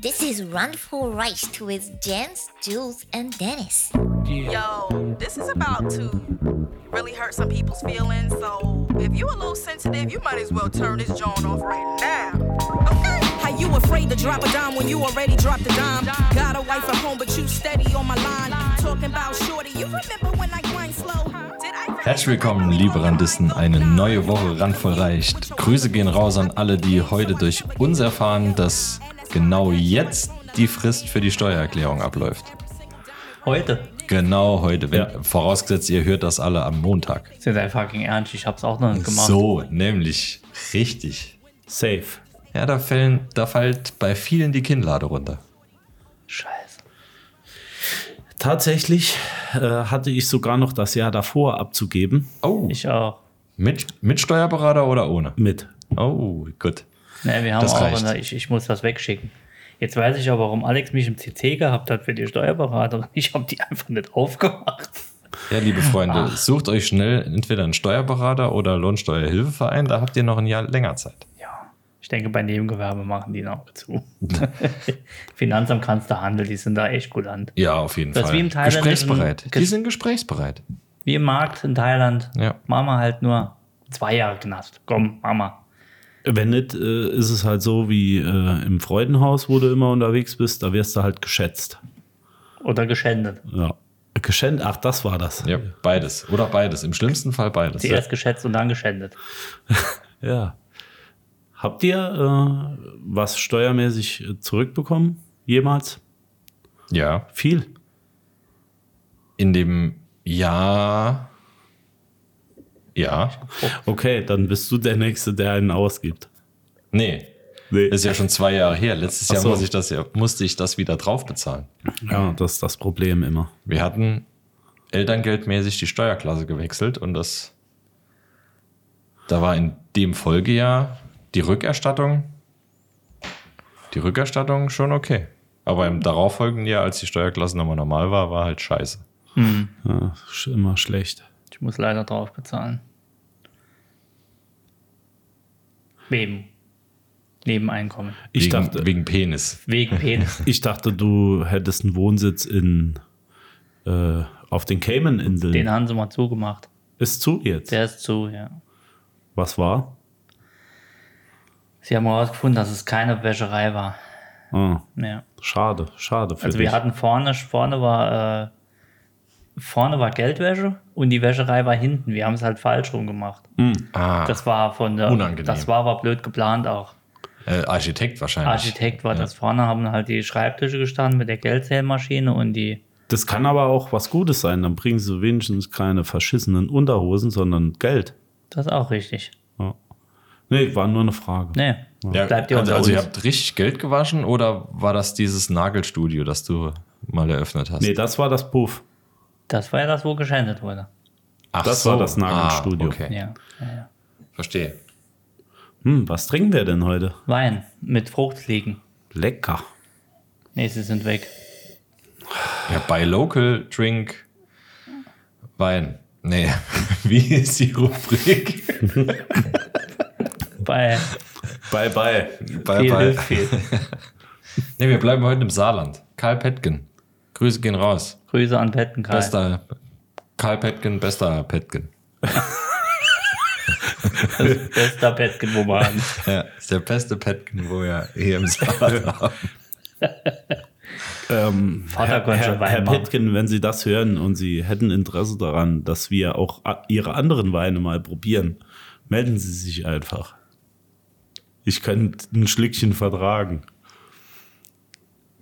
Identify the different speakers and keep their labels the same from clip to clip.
Speaker 1: This is Run for Rice with Jens, Jules, and Dennis.
Speaker 2: Yo, this is about to really hurt some people's feelings. So if you a little sensitive, you might as well turn this joint off right now. Okay.
Speaker 3: How you afraid to drop a dime when you already dropped a dime? Got a wife at home, but you steady on my line. Talking about shorty, you remember when I grind slow? Did I-
Speaker 4: Herzlich willkommen, liebe Randisten, eine neue Woche randvoll reicht. Grüße gehen raus an alle, die heute durch uns erfahren, dass genau jetzt die Frist für die Steuererklärung abläuft.
Speaker 5: Heute.
Speaker 4: Genau heute, wenn,
Speaker 5: Ja.
Speaker 4: vorausgesetzt ihr hört das alle am Montag.
Speaker 5: Ist jetzt ein fucking Ernst, ich hab's auch noch nicht gemacht.
Speaker 4: So, nämlich richtig.
Speaker 5: Safe.
Speaker 4: Ja, da, fällen, da fällt bei vielen die Kinnlade runter.
Speaker 5: Scheiße.
Speaker 6: Tatsächlich äh, hatte ich sogar noch das Jahr davor abzugeben
Speaker 4: Oh,
Speaker 5: Ich äh, auch.
Speaker 4: mit, mit Steuerberater oder ohne?
Speaker 6: mit.
Speaker 4: Oh, gut.
Speaker 5: Ne, wir haben
Speaker 4: Das
Speaker 5: auch,
Speaker 4: reicht.
Speaker 5: aber ich, ich muss das wegschicken. Jetzt weiß ich aber, warum Alex mich im CC gehabt hat für die Steuerberatung. Ich habe die einfach nicht aufgemacht.
Speaker 4: Ja, liebe Freunde,
Speaker 5: Ah.
Speaker 4: sucht euch schnell entweder einen Steuerberater oder Lohnsteuerhilfeverein, da habt ihr noch ein Jahr länger Zeit.
Speaker 5: Ja. Ich denke, bei Nebengewerbe machen die ein Auge zu.
Speaker 4: Mhm.
Speaker 5: Finanzamt kannst du handeln, die sind da echt gut an.
Speaker 4: Ja, auf jeden
Speaker 5: Das ist
Speaker 4: Fall.
Speaker 5: wie im Thailand-
Speaker 4: gesprächsbereit.
Speaker 5: Ges-
Speaker 4: Die sind gesprächsbereit.
Speaker 5: Wie im Markt in Thailand.
Speaker 4: Ja.
Speaker 5: Mama halt nur zwei Jahre Knast. Komm, Mama.
Speaker 6: Wenn nicht, äh, ist es halt so wie äh, im Freudenhaus, wo du immer unterwegs bist, da wirst du halt geschätzt.
Speaker 5: Oder geschändet.
Speaker 6: Ja. Geschenkt, ach, das war das.
Speaker 4: Ja, beides. Oder beides. Im schlimmsten Fall beides. Ja.
Speaker 5: Zuerst geschätzt und dann geschändet.
Speaker 6: Ja. Habt ihr äh, was steuermäßig äh, zurückbekommen? Jemals?
Speaker 4: ja.
Speaker 6: Viel?
Speaker 4: In dem Jahr. Ja.
Speaker 6: Okay, dann bist du der Nächste, der einen ausgibt.
Speaker 4: Nee.
Speaker 6: Nee.
Speaker 4: Ist ja schon zwei Jahre her. Letztes
Speaker 6: Ach
Speaker 4: Jahr
Speaker 6: so.
Speaker 4: muss ich das ja, musste ich das wieder drauf bezahlen.
Speaker 6: Ja, das ist das Problem immer.
Speaker 4: Wir hatten elterngeldmäßig die Steuerklasse gewechselt und das. Da war in dem Folgejahr die Rückerstattung. Die Rückerstattung schon okay. Aber im darauffolgenden Jahr, als die Steuerklasse nochmal normal war, war halt scheiße.
Speaker 6: Ja, ist immer schlecht.
Speaker 5: Ich muss leider drauf bezahlen. Wem? Nebeneinkommen.
Speaker 6: Ich
Speaker 4: wegen,
Speaker 6: dachte,
Speaker 4: wegen Penis.
Speaker 5: Wegen Penis.
Speaker 6: Ich dachte, du hättest einen Wohnsitz in äh, auf den Cayman-Inseln.
Speaker 5: Den haben sie mal zugemacht.
Speaker 6: Ist zu jetzt.
Speaker 5: Der ist zu, ja.
Speaker 6: Was war?
Speaker 5: Sie haben herausgefunden, dass es keine Wäscherei war.
Speaker 6: Ah,
Speaker 5: Ja.
Speaker 6: schade, schade für
Speaker 5: Also
Speaker 6: dich.
Speaker 5: wir hatten vorne, vorne war, äh, vorne war Geldwäsche und die Wäscherei war hinten. Wir haben es halt falsch rum gemacht.
Speaker 4: Ah,
Speaker 5: Das war von der,
Speaker 4: Unangenehm.
Speaker 5: das war aber blöd geplant auch.
Speaker 4: äh, Architekt wahrscheinlich.
Speaker 5: Architekt war das. Vorne haben halt die Schreibtische gestanden mit der Geldzählmaschine und die
Speaker 6: das kann aber auch was Gutes sein. Dann bringen sie wenigstens keine verschissenen Unterhosen, sondern Geld.
Speaker 5: Das ist auch richtig.
Speaker 6: Ja. Nee, war nur eine Frage.
Speaker 5: Nee,
Speaker 4: Ja,
Speaker 5: bleibt ihr
Speaker 4: also,
Speaker 5: unter
Speaker 4: also ihr
Speaker 5: uns.
Speaker 4: habt richtig Geld gewaschen oder war das dieses Nagelstudio, das du mal eröffnet hast?
Speaker 6: Nee, das war das Puff.
Speaker 5: Das war ja das, wo geschändet wurde.
Speaker 4: Ach
Speaker 6: das war das Nagelstudio.
Speaker 4: Ah, okay.
Speaker 5: Ja. ja, ja.
Speaker 4: Verstehe.
Speaker 6: Hm, was trinken wir denn heute?
Speaker 5: Wein mit Fruchtfliegen.
Speaker 6: Lecker.
Speaker 5: Nee, sie sind weg.
Speaker 4: Ja, bei Local Drink Wein. Nee, wie ist die Rubrik?
Speaker 5: Bei
Speaker 6: Bye, bye.
Speaker 4: Bei,
Speaker 5: viel
Speaker 4: bei.
Speaker 5: hilft viel.
Speaker 4: Nee, wir bleiben heute im Saarland. Karl Petken. Grüße gehen raus.
Speaker 5: Grüße an Pettenkarl.
Speaker 4: Bester Karl Petken, bester Petken.
Speaker 5: Bester Pettenroman.
Speaker 4: Ja, ist der beste Petken, wo wir hier im Saarland haben.
Speaker 5: Vater konnte
Speaker 6: Herr,
Speaker 5: schon
Speaker 6: Herr
Speaker 5: Wein machen.
Speaker 6: Petkin, wenn Sie das hören und Sie hätten Interesse daran, dass wir auch a- Ihre anderen Weine mal probieren, melden Sie sich einfach. Ich könnte ein Schlückchen vertragen.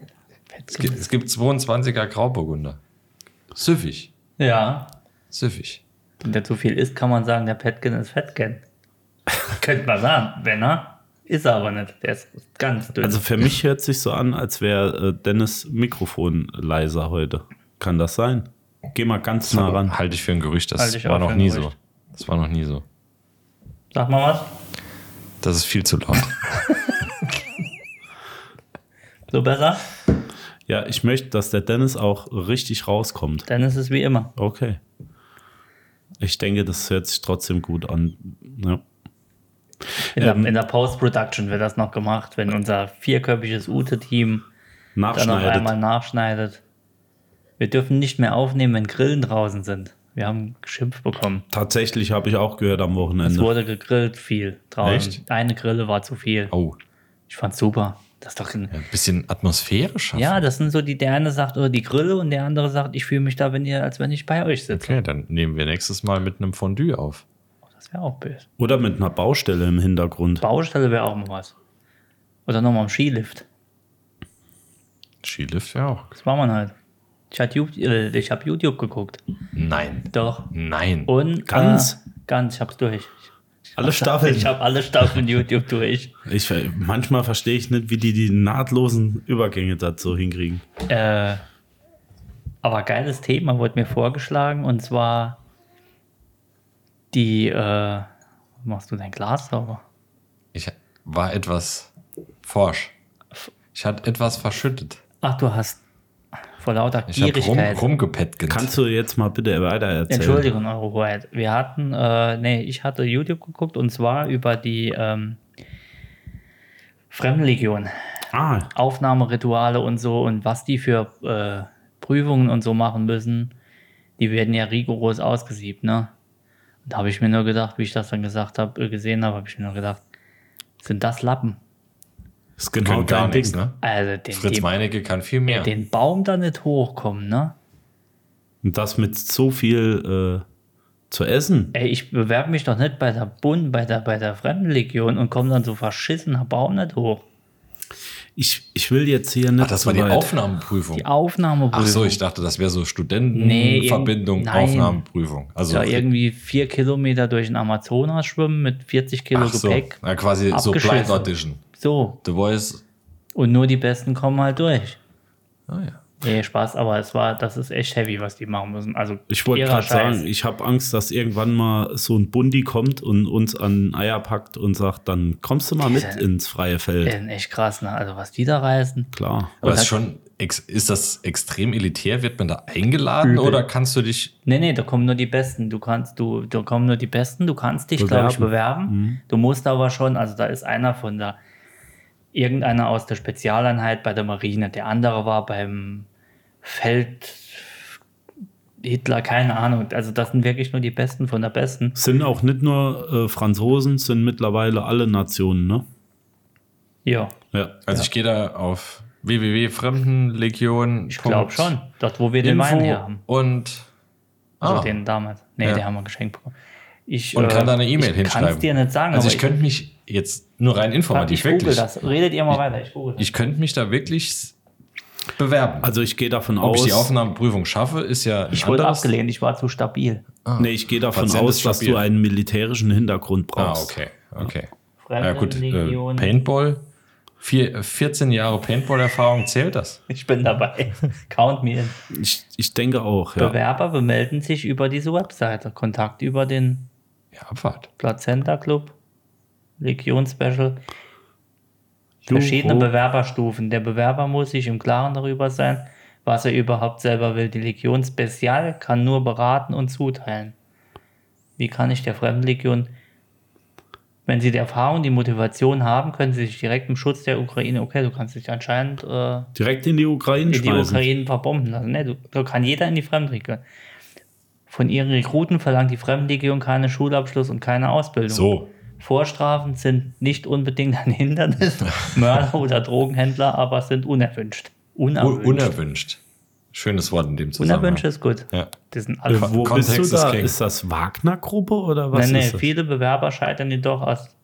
Speaker 4: Es gibt- Es gibt 22er Grauburgunder. Süffig.
Speaker 5: Ja.
Speaker 4: Süffig.
Speaker 5: Wenn der zu viel isst, kann man sagen, der Petkin ist Fettgen. Könnte man sagen, wenn er. Ist er aber nicht. Der ist ganz dünn.
Speaker 6: Also für mich hört sich so an, als wäre äh, Dennis Mikrofon leiser heute. Kann das sein? Geh mal ganz nah ran.
Speaker 4: Halte ich für ein Gerücht. Das
Speaker 5: Halte ich
Speaker 4: war
Speaker 5: auch für
Speaker 4: noch
Speaker 5: ein
Speaker 4: nie so.
Speaker 5: Gerücht.
Speaker 4: Das war noch nie so.
Speaker 5: Sag mal was.
Speaker 4: Das ist viel zu laut.
Speaker 5: So besser?
Speaker 6: Ja, ich möchte, dass der Dennis auch richtig rauskommt.
Speaker 5: Dann ist es wie immer.
Speaker 6: Okay. Ich denke, das hört sich trotzdem gut an. Ja.
Speaker 5: In der,
Speaker 6: Ähm.
Speaker 5: in der Post-Production wird das noch gemacht, wenn unser vierköpfiges Ute-Team dann noch einmal
Speaker 6: Nachschneidet.
Speaker 5: nachschneidet. Wir dürfen nicht mehr aufnehmen, wenn Grillen draußen sind. Wir haben geschimpft bekommen.
Speaker 6: Tatsächlich habe ich auch gehört am
Speaker 5: Es
Speaker 6: Wochenende.
Speaker 5: wurde gegrillt viel draußen.
Speaker 4: Echt?
Speaker 5: Eine Grille war zu viel.
Speaker 4: Oh,
Speaker 5: Ich fand's super. Das ist doch ein,
Speaker 4: ein bisschen Atmosphäre schaffen.
Speaker 5: ja, das sind so die, der eine sagt oder die Grille und der andere sagt, ich fühle mich da, wenn ihr, als wenn ich bei euch sitze.
Speaker 4: Okay, dann nehmen wir nächstes Mal mit einem Fondue auf.
Speaker 5: Das wäre auch böse.
Speaker 6: Oder mit einer Baustelle im Hintergrund.
Speaker 5: Baustelle wäre auch mal was. Oder nochmal im Skilift.
Speaker 4: Skilift ja auch.
Speaker 5: Das war man halt. Ich habe YouTube, äh, ich hab YouTube geguckt.
Speaker 4: Nein.
Speaker 5: Doch.
Speaker 4: Nein.
Speaker 5: Und
Speaker 6: Ganz?
Speaker 5: Äh, ganz, ich hab's durch.
Speaker 6: Alle Staffeln.
Speaker 5: Ich habe alle Staffeln YouTube durch.
Speaker 6: Ich, ver- manchmal verstehe ich nicht, wie die die nahtlosen Übergänge dazu hinkriegen.
Speaker 5: Äh, aber geiles Thema wurde mir vorgeschlagen und zwar die. Äh, machst du dein Glas sauber?
Speaker 4: Ich war etwas forsch. Ich hatte etwas verschüttet.
Speaker 5: Ach, du hast vor lauter
Speaker 4: Ich habe rum,
Speaker 5: Gierigkeit.
Speaker 4: rumgepettgent.
Speaker 6: Kannst du jetzt mal bitte weiter erzählen?
Speaker 5: Entschuldigung, Eure Hoheit. Wir hatten, äh, nee, ich hatte YouTube geguckt und zwar über die ähm, Fremdenlegion.
Speaker 6: Ah,
Speaker 5: Aufnahmerituale und so und was die für äh, Prüfungen und so machen müssen, die werden ja rigoros ausgesiebt, ne? Und da habe ich mir nur gedacht, wie ich das dann gesagt habe, äh, gesehen habe, habe ich mir nur gedacht, sind das Lappen?
Speaker 6: ist genau
Speaker 4: kann gar
Speaker 6: dein
Speaker 4: nichts,
Speaker 6: Ding.
Speaker 4: ne?
Speaker 5: Also den,
Speaker 4: Fritz
Speaker 5: den,
Speaker 4: Meinecke kann viel mehr.
Speaker 5: den Baum da nicht hochkommen, ne?
Speaker 6: Und das mit so viel äh, zu essen.
Speaker 5: Ey, ich bewerbe mich doch nicht bei der Bund, bei der, bei der Fremdenlegion und komme dann so verschissener Baum nicht hoch.
Speaker 6: Ich, ich will jetzt hier nicht.
Speaker 4: Ach, das war die
Speaker 6: so weit-
Speaker 4: Aufnahmeprüfung.
Speaker 5: Die Aufnahmeprüfung.
Speaker 4: Ach so, ich dachte, das wäre so
Speaker 5: Nee,
Speaker 4: Studentenverbindung,
Speaker 5: irgend- nein.
Speaker 4: Aufnahmeprüfung. Also
Speaker 5: ja, irgendwie vier Kilometer durch den Amazonas schwimmen mit 40 Kilo
Speaker 4: ach so,
Speaker 5: Gepäck.
Speaker 4: ja, quasi so
Speaker 5: Abgeschissen.
Speaker 4: Blind Audition.
Speaker 5: So,
Speaker 4: The Voice.
Speaker 5: Und nur die Besten kommen halt durch.
Speaker 4: Ah ja.
Speaker 5: Nee, Spaß, aber es war, das ist echt heavy, was die machen müssen. Also
Speaker 6: Ich wollte
Speaker 5: ihrer
Speaker 6: gerade
Speaker 5: Scheiß.
Speaker 6: sagen, ich habe Angst, dass irgendwann mal so ein Bundi kommt und uns an Eier packt und sagt, dann kommst du mal mit
Speaker 5: Diese-
Speaker 6: ins freie Feld.
Speaker 5: Äh, echt krass, ne? Also was die da reißen.
Speaker 6: Klar.
Speaker 4: Aber ist
Speaker 5: hat-
Speaker 4: schon, ex- ist das extrem elitär? Wird man da eingeladen
Speaker 5: Übel.
Speaker 4: oder kannst du dich.
Speaker 5: Nee, nee, da kommen nur die Besten. Du kannst, du, da kommen nur die Besten, du kannst dich, glaube ich, bewerben.
Speaker 6: Mhm.
Speaker 5: Du musst aber schon, also da ist einer von der, irgendeiner aus der Spezialeinheit bei der Marine, der andere war beim Feld Hitler, keine Ahnung. Also das sind wirklich nur die Besten von der Besten.
Speaker 6: Sind auch nicht nur äh, Franzosen, sind mittlerweile alle Nationen, ne?
Speaker 5: Ja,
Speaker 6: Ja.
Speaker 4: Also ich gehe da auf www.fremdenlegion.
Speaker 5: ich glaube schon. Dort, wo wir den Wein her haben.
Speaker 4: Und.
Speaker 5: Also
Speaker 4: Ah,
Speaker 5: den damals. Nee,
Speaker 4: Ja.
Speaker 5: den haben wir geschenkt bekommen. Ich, äh,
Speaker 4: und kann da eine
Speaker 5: ich
Speaker 4: E-Mail hinschreiben.
Speaker 5: kann's dir nicht sagen.
Speaker 4: Also
Speaker 5: aber
Speaker 4: ich könnte mich jetzt nur rein
Speaker 5: ich
Speaker 4: informativ
Speaker 5: google
Speaker 4: wirklich.
Speaker 5: das. Redet ihr mal weiter. Ich google das.
Speaker 4: Ich könnte mich da wirklich s- bewerben.
Speaker 6: Also ich gehe davon
Speaker 4: Ob
Speaker 6: aus.
Speaker 4: ich die Aufnahmeprüfung schaffe, ist ja ein
Speaker 5: Ich wurde
Speaker 4: anderes-
Speaker 5: abgelehnt. Ich war zu stabil.
Speaker 6: Nee, ich gehe davon
Speaker 4: Patient
Speaker 6: aus,
Speaker 4: ist
Speaker 6: dass
Speaker 4: stabil.
Speaker 6: du einen militärischen Hintergrund
Speaker 4: Ah,
Speaker 6: brauchst.
Speaker 4: okay. okay. Ja, gut, äh,
Speaker 5: Fremdenlegion.
Speaker 4: Paintball. Vier, äh, 14 Jahre Paintball-Erfahrung, zählt das?
Speaker 5: ich bin dabei. Count me in.
Speaker 6: Ich, ich denke auch, ja.
Speaker 5: Bewerber bemelden sich über diese Webseite. Kontakt über den
Speaker 4: Ja, Abfahrt.
Speaker 5: Plazenta Club. Legion Special. Verschiedene
Speaker 6: Juhu.
Speaker 5: Bewerberstufen. Der Bewerber muss sich im Klaren darüber sein, was er überhaupt selber will. Die Legion Spezial kann nur beraten und zuteilen. Wie kann ich der Fremdenlegion, wenn sie die Erfahrung, die Motivation haben, können sie sich direkt im Schutz der Ukraine, okay, du kannst dich anscheinend äh,
Speaker 6: Direkt in die Ukraine
Speaker 5: die, die
Speaker 6: schmeißen.
Speaker 5: Ukraine verbomben lassen. Ne? Du, da kann jeder in die Fremdenlegion. Von ihren Rekruten verlangt die Fremdenlegion keinen Schulabschluss und keine Ausbildung.
Speaker 4: So.
Speaker 5: Vorstrafen sind nicht unbedingt ein Hindernis, Mörder oder Drogenhändler, aber sind unerwünscht.
Speaker 4: Un
Speaker 5: Unerwünscht.
Speaker 4: unerwünscht. Schönes Wort in dem Zusammenhang.
Speaker 5: unerwünscht ist gut.
Speaker 4: Ja.
Speaker 5: Das sind
Speaker 6: Äh,
Speaker 5: alle.
Speaker 6: Wo
Speaker 4: Kontext
Speaker 6: bist du
Speaker 4: ist
Speaker 6: da?
Speaker 4: King.
Speaker 6: Ist das Wagner-Gruppe oder was
Speaker 5: nee, nee,
Speaker 6: ist das?
Speaker 5: viele Bewerber scheitern jedoch aus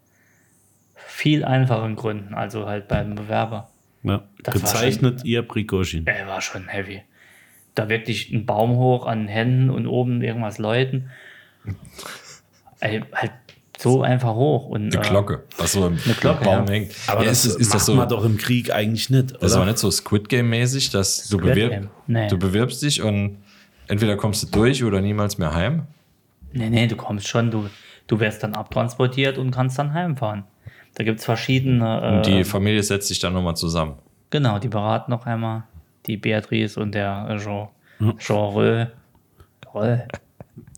Speaker 5: viel einfachen Gründen, also halt beim Bewerber.
Speaker 6: Ja.
Speaker 5: Das war
Speaker 6: Bezeichnet ihr Prigozhin.
Speaker 5: Ey, war schon heavy. Da wirklich ein Baum hoch an den Händen und oben irgendwas läuten. Ey, halt so einfach hoch. Und, äh,
Speaker 4: Eine Glocke, was so im
Speaker 5: Glocke,
Speaker 4: Baum
Speaker 5: ja.
Speaker 4: hängt.
Speaker 6: Aber
Speaker 4: ja,
Speaker 6: das
Speaker 4: ist, ist das
Speaker 6: macht
Speaker 4: so,
Speaker 6: man doch im Krieg eigentlich nicht,
Speaker 4: das war
Speaker 6: oder?
Speaker 4: nicht so Squid Game-mäßig, dass du,
Speaker 5: Squid
Speaker 4: bewirb,
Speaker 5: Game. Nee.
Speaker 4: du bewirbst dich und entweder kommst du durch oder niemals mehr heim.
Speaker 5: Äh, nee, nee, du kommst schon, du, du wirst dann abtransportiert und kannst dann heimfahren. Da gibt es verschiedene. Äh,
Speaker 4: Und die Familie setzt sich dann nochmal zusammen.
Speaker 5: genau, die beraten noch
Speaker 4: Hm.
Speaker 5: einmal. Die Beatrice und der äh, Jean. Jean Rö. Rö.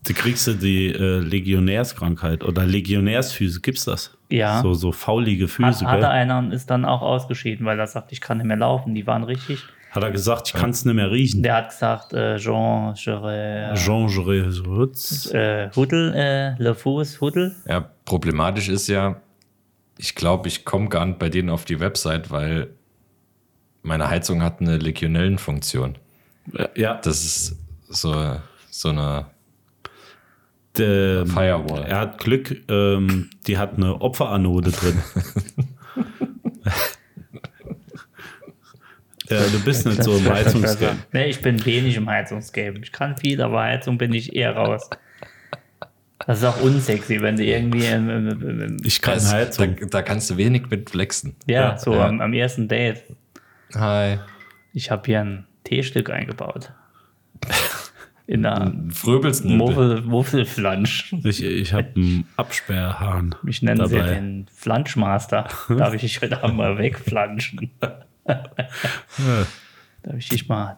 Speaker 6: Du kriegst du die äh, Legionärskrankheit oder Legionärsfüße, gibt's das?
Speaker 5: Ja.
Speaker 6: So, so faulige
Speaker 5: Hat,
Speaker 6: Füße,
Speaker 5: hatte
Speaker 6: gell?
Speaker 5: einer und ist dann auch ausgeschieden, weil er sagt, ich kann nicht mehr laufen. Die waren richtig.
Speaker 6: Hat er gesagt, ich kann's nicht mehr riechen.
Speaker 5: Der hat gesagt, äh, Jean, Jean,
Speaker 6: Jean Jaurès.
Speaker 5: äh, Huddel, äh, Le Fous, Huddel.
Speaker 4: Ja, problematisch ist ja, ich glaube, ich komme gar nicht bei denen auf die Website, weil meine Heizung hat eine Legionellenfunktion.
Speaker 6: Ja,
Speaker 4: Das ist so, so eine.
Speaker 6: ähm,
Speaker 4: Firewall.
Speaker 6: Er hat Glück, ähm, die hat eine Opferanode drin. ja, du bist nicht so im Heizungsgang.
Speaker 5: Nee, ich bin wenig im Heizungsgame. Ich kann viel, aber Heizung bin ich eher raus. Das ist auch unsexy, wenn du irgendwie im, im, im, im
Speaker 6: Ich kann
Speaker 5: Also,
Speaker 4: Das- da,
Speaker 6: Heizung.
Speaker 4: da kannst du wenig mit flexen.
Speaker 5: ja,
Speaker 6: Ja,
Speaker 5: so
Speaker 4: ja.
Speaker 5: Am, am ersten Date.
Speaker 4: Hi.
Speaker 5: Ich habe hier ein Teestück eingebaut. In einer
Speaker 4: Fröbelst Muffel.
Speaker 5: Muffel, Muffelflansch.
Speaker 6: Ich, ich habe einen Absperrhahn.
Speaker 5: Mich nennen sie
Speaker 6: dabei.
Speaker 5: den Flanschmaster. Darf ich dich heute Abend mal wegflanschen? Darf ich dich mal.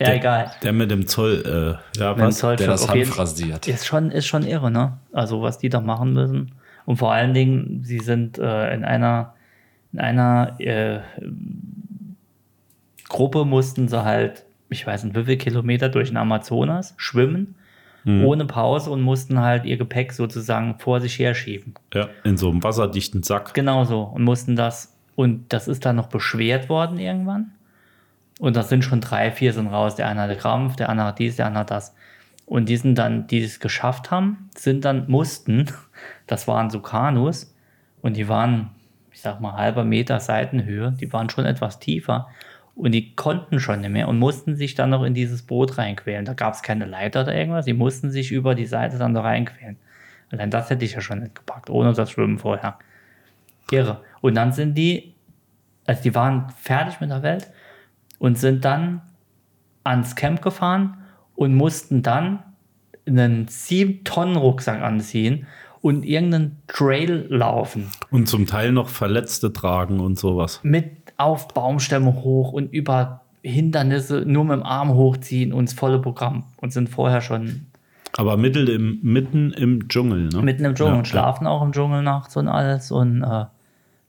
Speaker 5: Ja, egal.
Speaker 6: Der mit dem Zoll. Äh, ja,
Speaker 5: Wenn
Speaker 6: was?
Speaker 5: Zoll
Speaker 4: Der
Speaker 5: halt schon
Speaker 4: das
Speaker 5: auf jeden-
Speaker 4: Hand rasiert.
Speaker 5: Ist schon, ist schon irre, ne? Also, was die da machen müssen. Und vor allen Dingen, sie sind äh, in einer, in einer äh, Gruppe mussten sie halt, ich weiß nicht, wie viele Kilometer durch den Amazonas schwimmen, ohne Pause und mussten halt ihr Gepäck sozusagen vor sich herschieben.
Speaker 6: Ja, in so einem wasserdichten Sack.
Speaker 5: Genau so. Und mussten das. Und das ist dann noch beschwert worden irgendwann. Und das sind schon drei, vier sind raus. Der eine hatte Krampf, der andere hat dies, der andere hat das. Und die sind dann, die es geschafft haben, sind dann, mussten, das waren so Kanus. Und die waren, ich sag mal, halber Meter Seitenhöhe. Die waren schon etwas tiefer. Und die konnten schon nicht mehr und mussten sich dann noch in dieses Boot reinquälen. Da gab es keine Leiter oder irgendwas. Die mussten sich über die Seite dann da reinquälen. Allein das hätte ich ja schon nicht gepackt, ohne das Schwimmen vorher. Irre. Und dann sind die, also die waren fertig mit der Welt und sind dann ans Camp gefahren und mussten dann einen 7-Tonnen-Rucksack anziehen und irgendeinen Trail laufen.
Speaker 6: Und zum Teil noch Verletzte tragen und sowas.
Speaker 5: Mit auf Baumstämme hoch und über Hindernisse nur mit dem Arm hochziehen und das volle Programm. Und sind vorher schon
Speaker 6: Aber mittel im, mitten im Dschungel. Ne?
Speaker 5: mitten im Dschungel
Speaker 6: Ja,
Speaker 5: und schlafen auch im Dschungel nachts und alles und äh,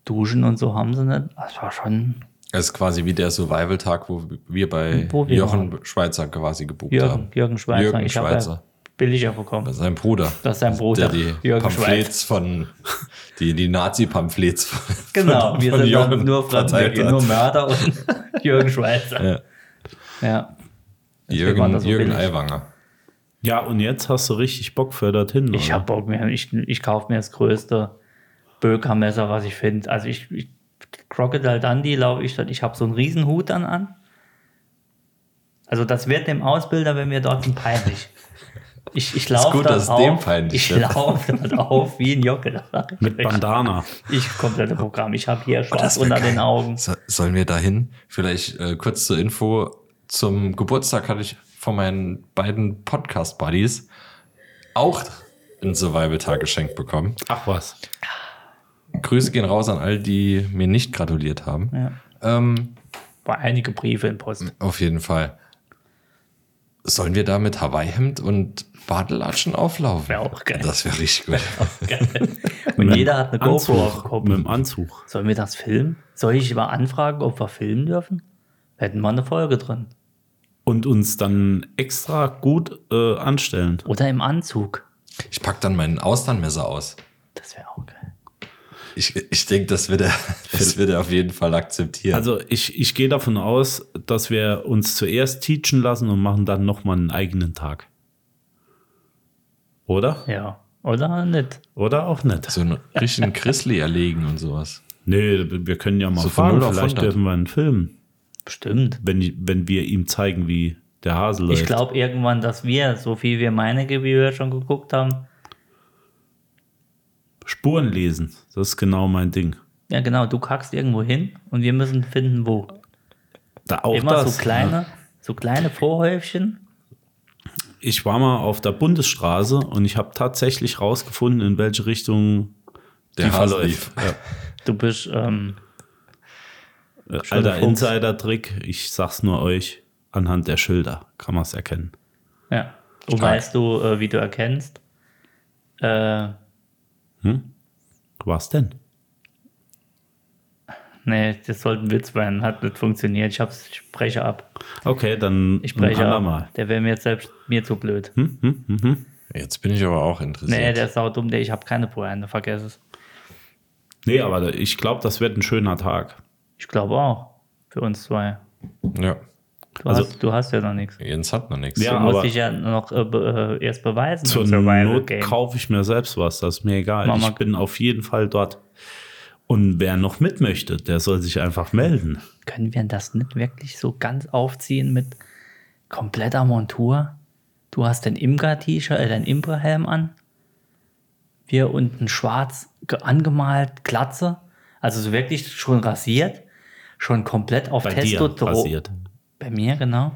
Speaker 5: duschen und so haben sie nicht. Das war schon
Speaker 4: Das ist quasi wie der Survival-Tag, wo wir bei
Speaker 5: Wo wir
Speaker 4: Jochen Schweizer quasi gebucht
Speaker 5: Jürgen,
Speaker 4: haben.
Speaker 5: Jürgen Schweizer.
Speaker 4: Jürgen
Speaker 5: ich habe
Speaker 4: Schweizer.
Speaker 5: ja billiger bekommen.
Speaker 4: Sein Bruder.
Speaker 5: Das ist sein
Speaker 4: Der
Speaker 5: Bruder.
Speaker 4: die
Speaker 5: Jürgen
Speaker 4: Pamphlets von, die, die Nazi-Pamphlets von,
Speaker 5: Genau,
Speaker 4: von,
Speaker 5: wir
Speaker 4: von
Speaker 5: sind dann
Speaker 4: Jochen
Speaker 5: nur
Speaker 4: verteilt
Speaker 5: Fremdenwege,
Speaker 4: hat.
Speaker 5: nur Mörder und Jürgen Schweizer. Ja. Deswegen waren
Speaker 4: Jürgen,
Speaker 5: das so
Speaker 4: Jürgen
Speaker 5: billig.
Speaker 4: Aiwanger.
Speaker 6: Ja, und jetzt hast du richtig Bock für dorthin.
Speaker 5: Ich
Speaker 6: oder?
Speaker 5: habe Bock mehr. Ich, ich kaufe mir das größte Bökermesser, was ich finde. Also ich, ich Crocodile Dundee laufe ich dann. Ich habe so einen Riesenhut dann an. Also das wird dem Ausbilder, wenn wir dort sind, peinlich. Ich, ich laufe
Speaker 4: gut,
Speaker 5: dann
Speaker 4: dass es
Speaker 5: auf,
Speaker 4: dem peinlich
Speaker 5: ich
Speaker 4: wird.
Speaker 5: laufe dann auf wie ein Jockel.
Speaker 6: Mit Bandana.
Speaker 5: Ich komplette Programm. Ich habe hier schwarz
Speaker 4: Das wär
Speaker 5: unter
Speaker 4: geil.
Speaker 5: den Augen.
Speaker 4: So, sollen wir dahin? Vielleicht äh, kurz zur Info. Zum Geburtstag hatte ich von meinen beiden Podcast-Buddies auch ein Survival-Tag geschenkt bekommen.
Speaker 6: Ach was.
Speaker 4: Grüße gehen raus an all, die mir nicht gratuliert haben. Ähm,
Speaker 5: War einige Briefe in Post.
Speaker 4: auf jeden Fall. Sollen wir da mit Hawaii-Hemd und Badelatschen auflaufen?
Speaker 5: Wär auch geil.
Speaker 4: Das wäre richtig gut.
Speaker 5: Und
Speaker 6: Mit
Speaker 5: jeder hat eine GoPro auf dem
Speaker 6: Anzug.
Speaker 5: Kopf.
Speaker 6: Mit dem Anzug.
Speaker 5: Sollen wir das filmen? Soll ich mal anfragen, ob wir filmen dürfen? Wir hätten wir eine Folge drin.
Speaker 6: Und uns dann extra gut äh, anstellen.
Speaker 5: Oder im Anzug.
Speaker 4: Ich pack dann mein Austernmesser aus.
Speaker 5: Das wäre auch geil.
Speaker 4: Ich, ich denke, das wird er, das wird er auf jeden Fall akzeptieren.
Speaker 6: Also ich, ich gehe davon aus, dass wir uns zuerst teachen lassen und machen dann nochmal einen eigenen Tag. Oder?
Speaker 5: Ja. Oder nicht?
Speaker 6: Oder auch nicht.
Speaker 4: so
Speaker 5: Also
Speaker 4: einen richtigen Grizzly erlegen und sowas.
Speaker 6: Nee, wir können ja mal
Speaker 4: So von
Speaker 6: fragen,
Speaker 4: null auf
Speaker 6: vielleicht
Speaker 4: 100.
Speaker 6: dürfen wir einen Film,
Speaker 5: Bestimmt.
Speaker 6: wenn, die- wenn wir ihm zeigen, wie der Hase läuft.
Speaker 5: Ich glaube irgendwann, dass wir, so viel wir meine Gebühr schon geguckt haben,
Speaker 6: Spuren lesen, das ist genau mein Ding.
Speaker 5: ja genau, du kackst irgendwo hin und wir müssen finden, wo.
Speaker 6: Da auch
Speaker 5: Immer
Speaker 6: das.
Speaker 5: so kleine, so kleine Vorhäufchen.
Speaker 6: Ich war mal auf der Bundesstraße und ich habe tatsächlich rausgefunden, in welche Richtung
Speaker 4: Der
Speaker 6: die
Speaker 4: Hase
Speaker 6: verläuft.
Speaker 5: Du bist, ähm,
Speaker 6: Ja. Äh,
Speaker 5: Schon
Speaker 6: Alter
Speaker 5: der Fuchs.
Speaker 6: Insider-Trick, ich sag's nur euch, anhand der Schilder kann man es erkennen.
Speaker 5: ja. Und weißt du, äh, wie du erkennst? Äh,
Speaker 6: Was denn?
Speaker 5: nee, das sollte ein Witz werden. Hat nicht funktioniert. Ich, hab's, ich spreche ab.
Speaker 6: Okay, dann
Speaker 5: Ich spreche ab.
Speaker 6: mal.
Speaker 5: Der wäre mir jetzt selbst mir zu blöd.
Speaker 6: Hm?
Speaker 4: Jetzt bin ich aber auch
Speaker 5: nee,
Speaker 4: interessiert.
Speaker 5: der ist saudumm. Der, ich habe keine Pointe. Vergess es.
Speaker 6: Nee, aber ich glaube, das wird ein schöner Tag.
Speaker 5: Ich glaube auch. Für uns zwei.
Speaker 4: ja,
Speaker 5: Du,
Speaker 6: Also-
Speaker 5: hast, du hast ja noch nichts.
Speaker 4: Jens hat noch nichts.
Speaker 5: Du
Speaker 6: Ja.
Speaker 5: musst
Speaker 6: aber-
Speaker 5: dich ja noch äh, be- äh, erst beweisen.
Speaker 6: Zur
Speaker 5: im Survival
Speaker 6: Not
Speaker 5: Game.
Speaker 6: kaufe ich mir selbst was, das ist mir egal.
Speaker 5: Mama-
Speaker 6: Ich bin auf jeden Fall dort. Und wer noch mit möchte, der soll sich einfach melden.
Speaker 5: Können wir das nicht wirklich so ganz aufziehen mit kompletter Montur? Du hast dein Imker-T-Shirt, äh, dein Imker-Helm an. Wir unten schwarz ge- angemalt, Glatze. Also so wirklich schon rasiert. Schon komplett auf
Speaker 6: Bei dir
Speaker 5: Testosteron.
Speaker 6: passiert.
Speaker 5: Bei mir, genau.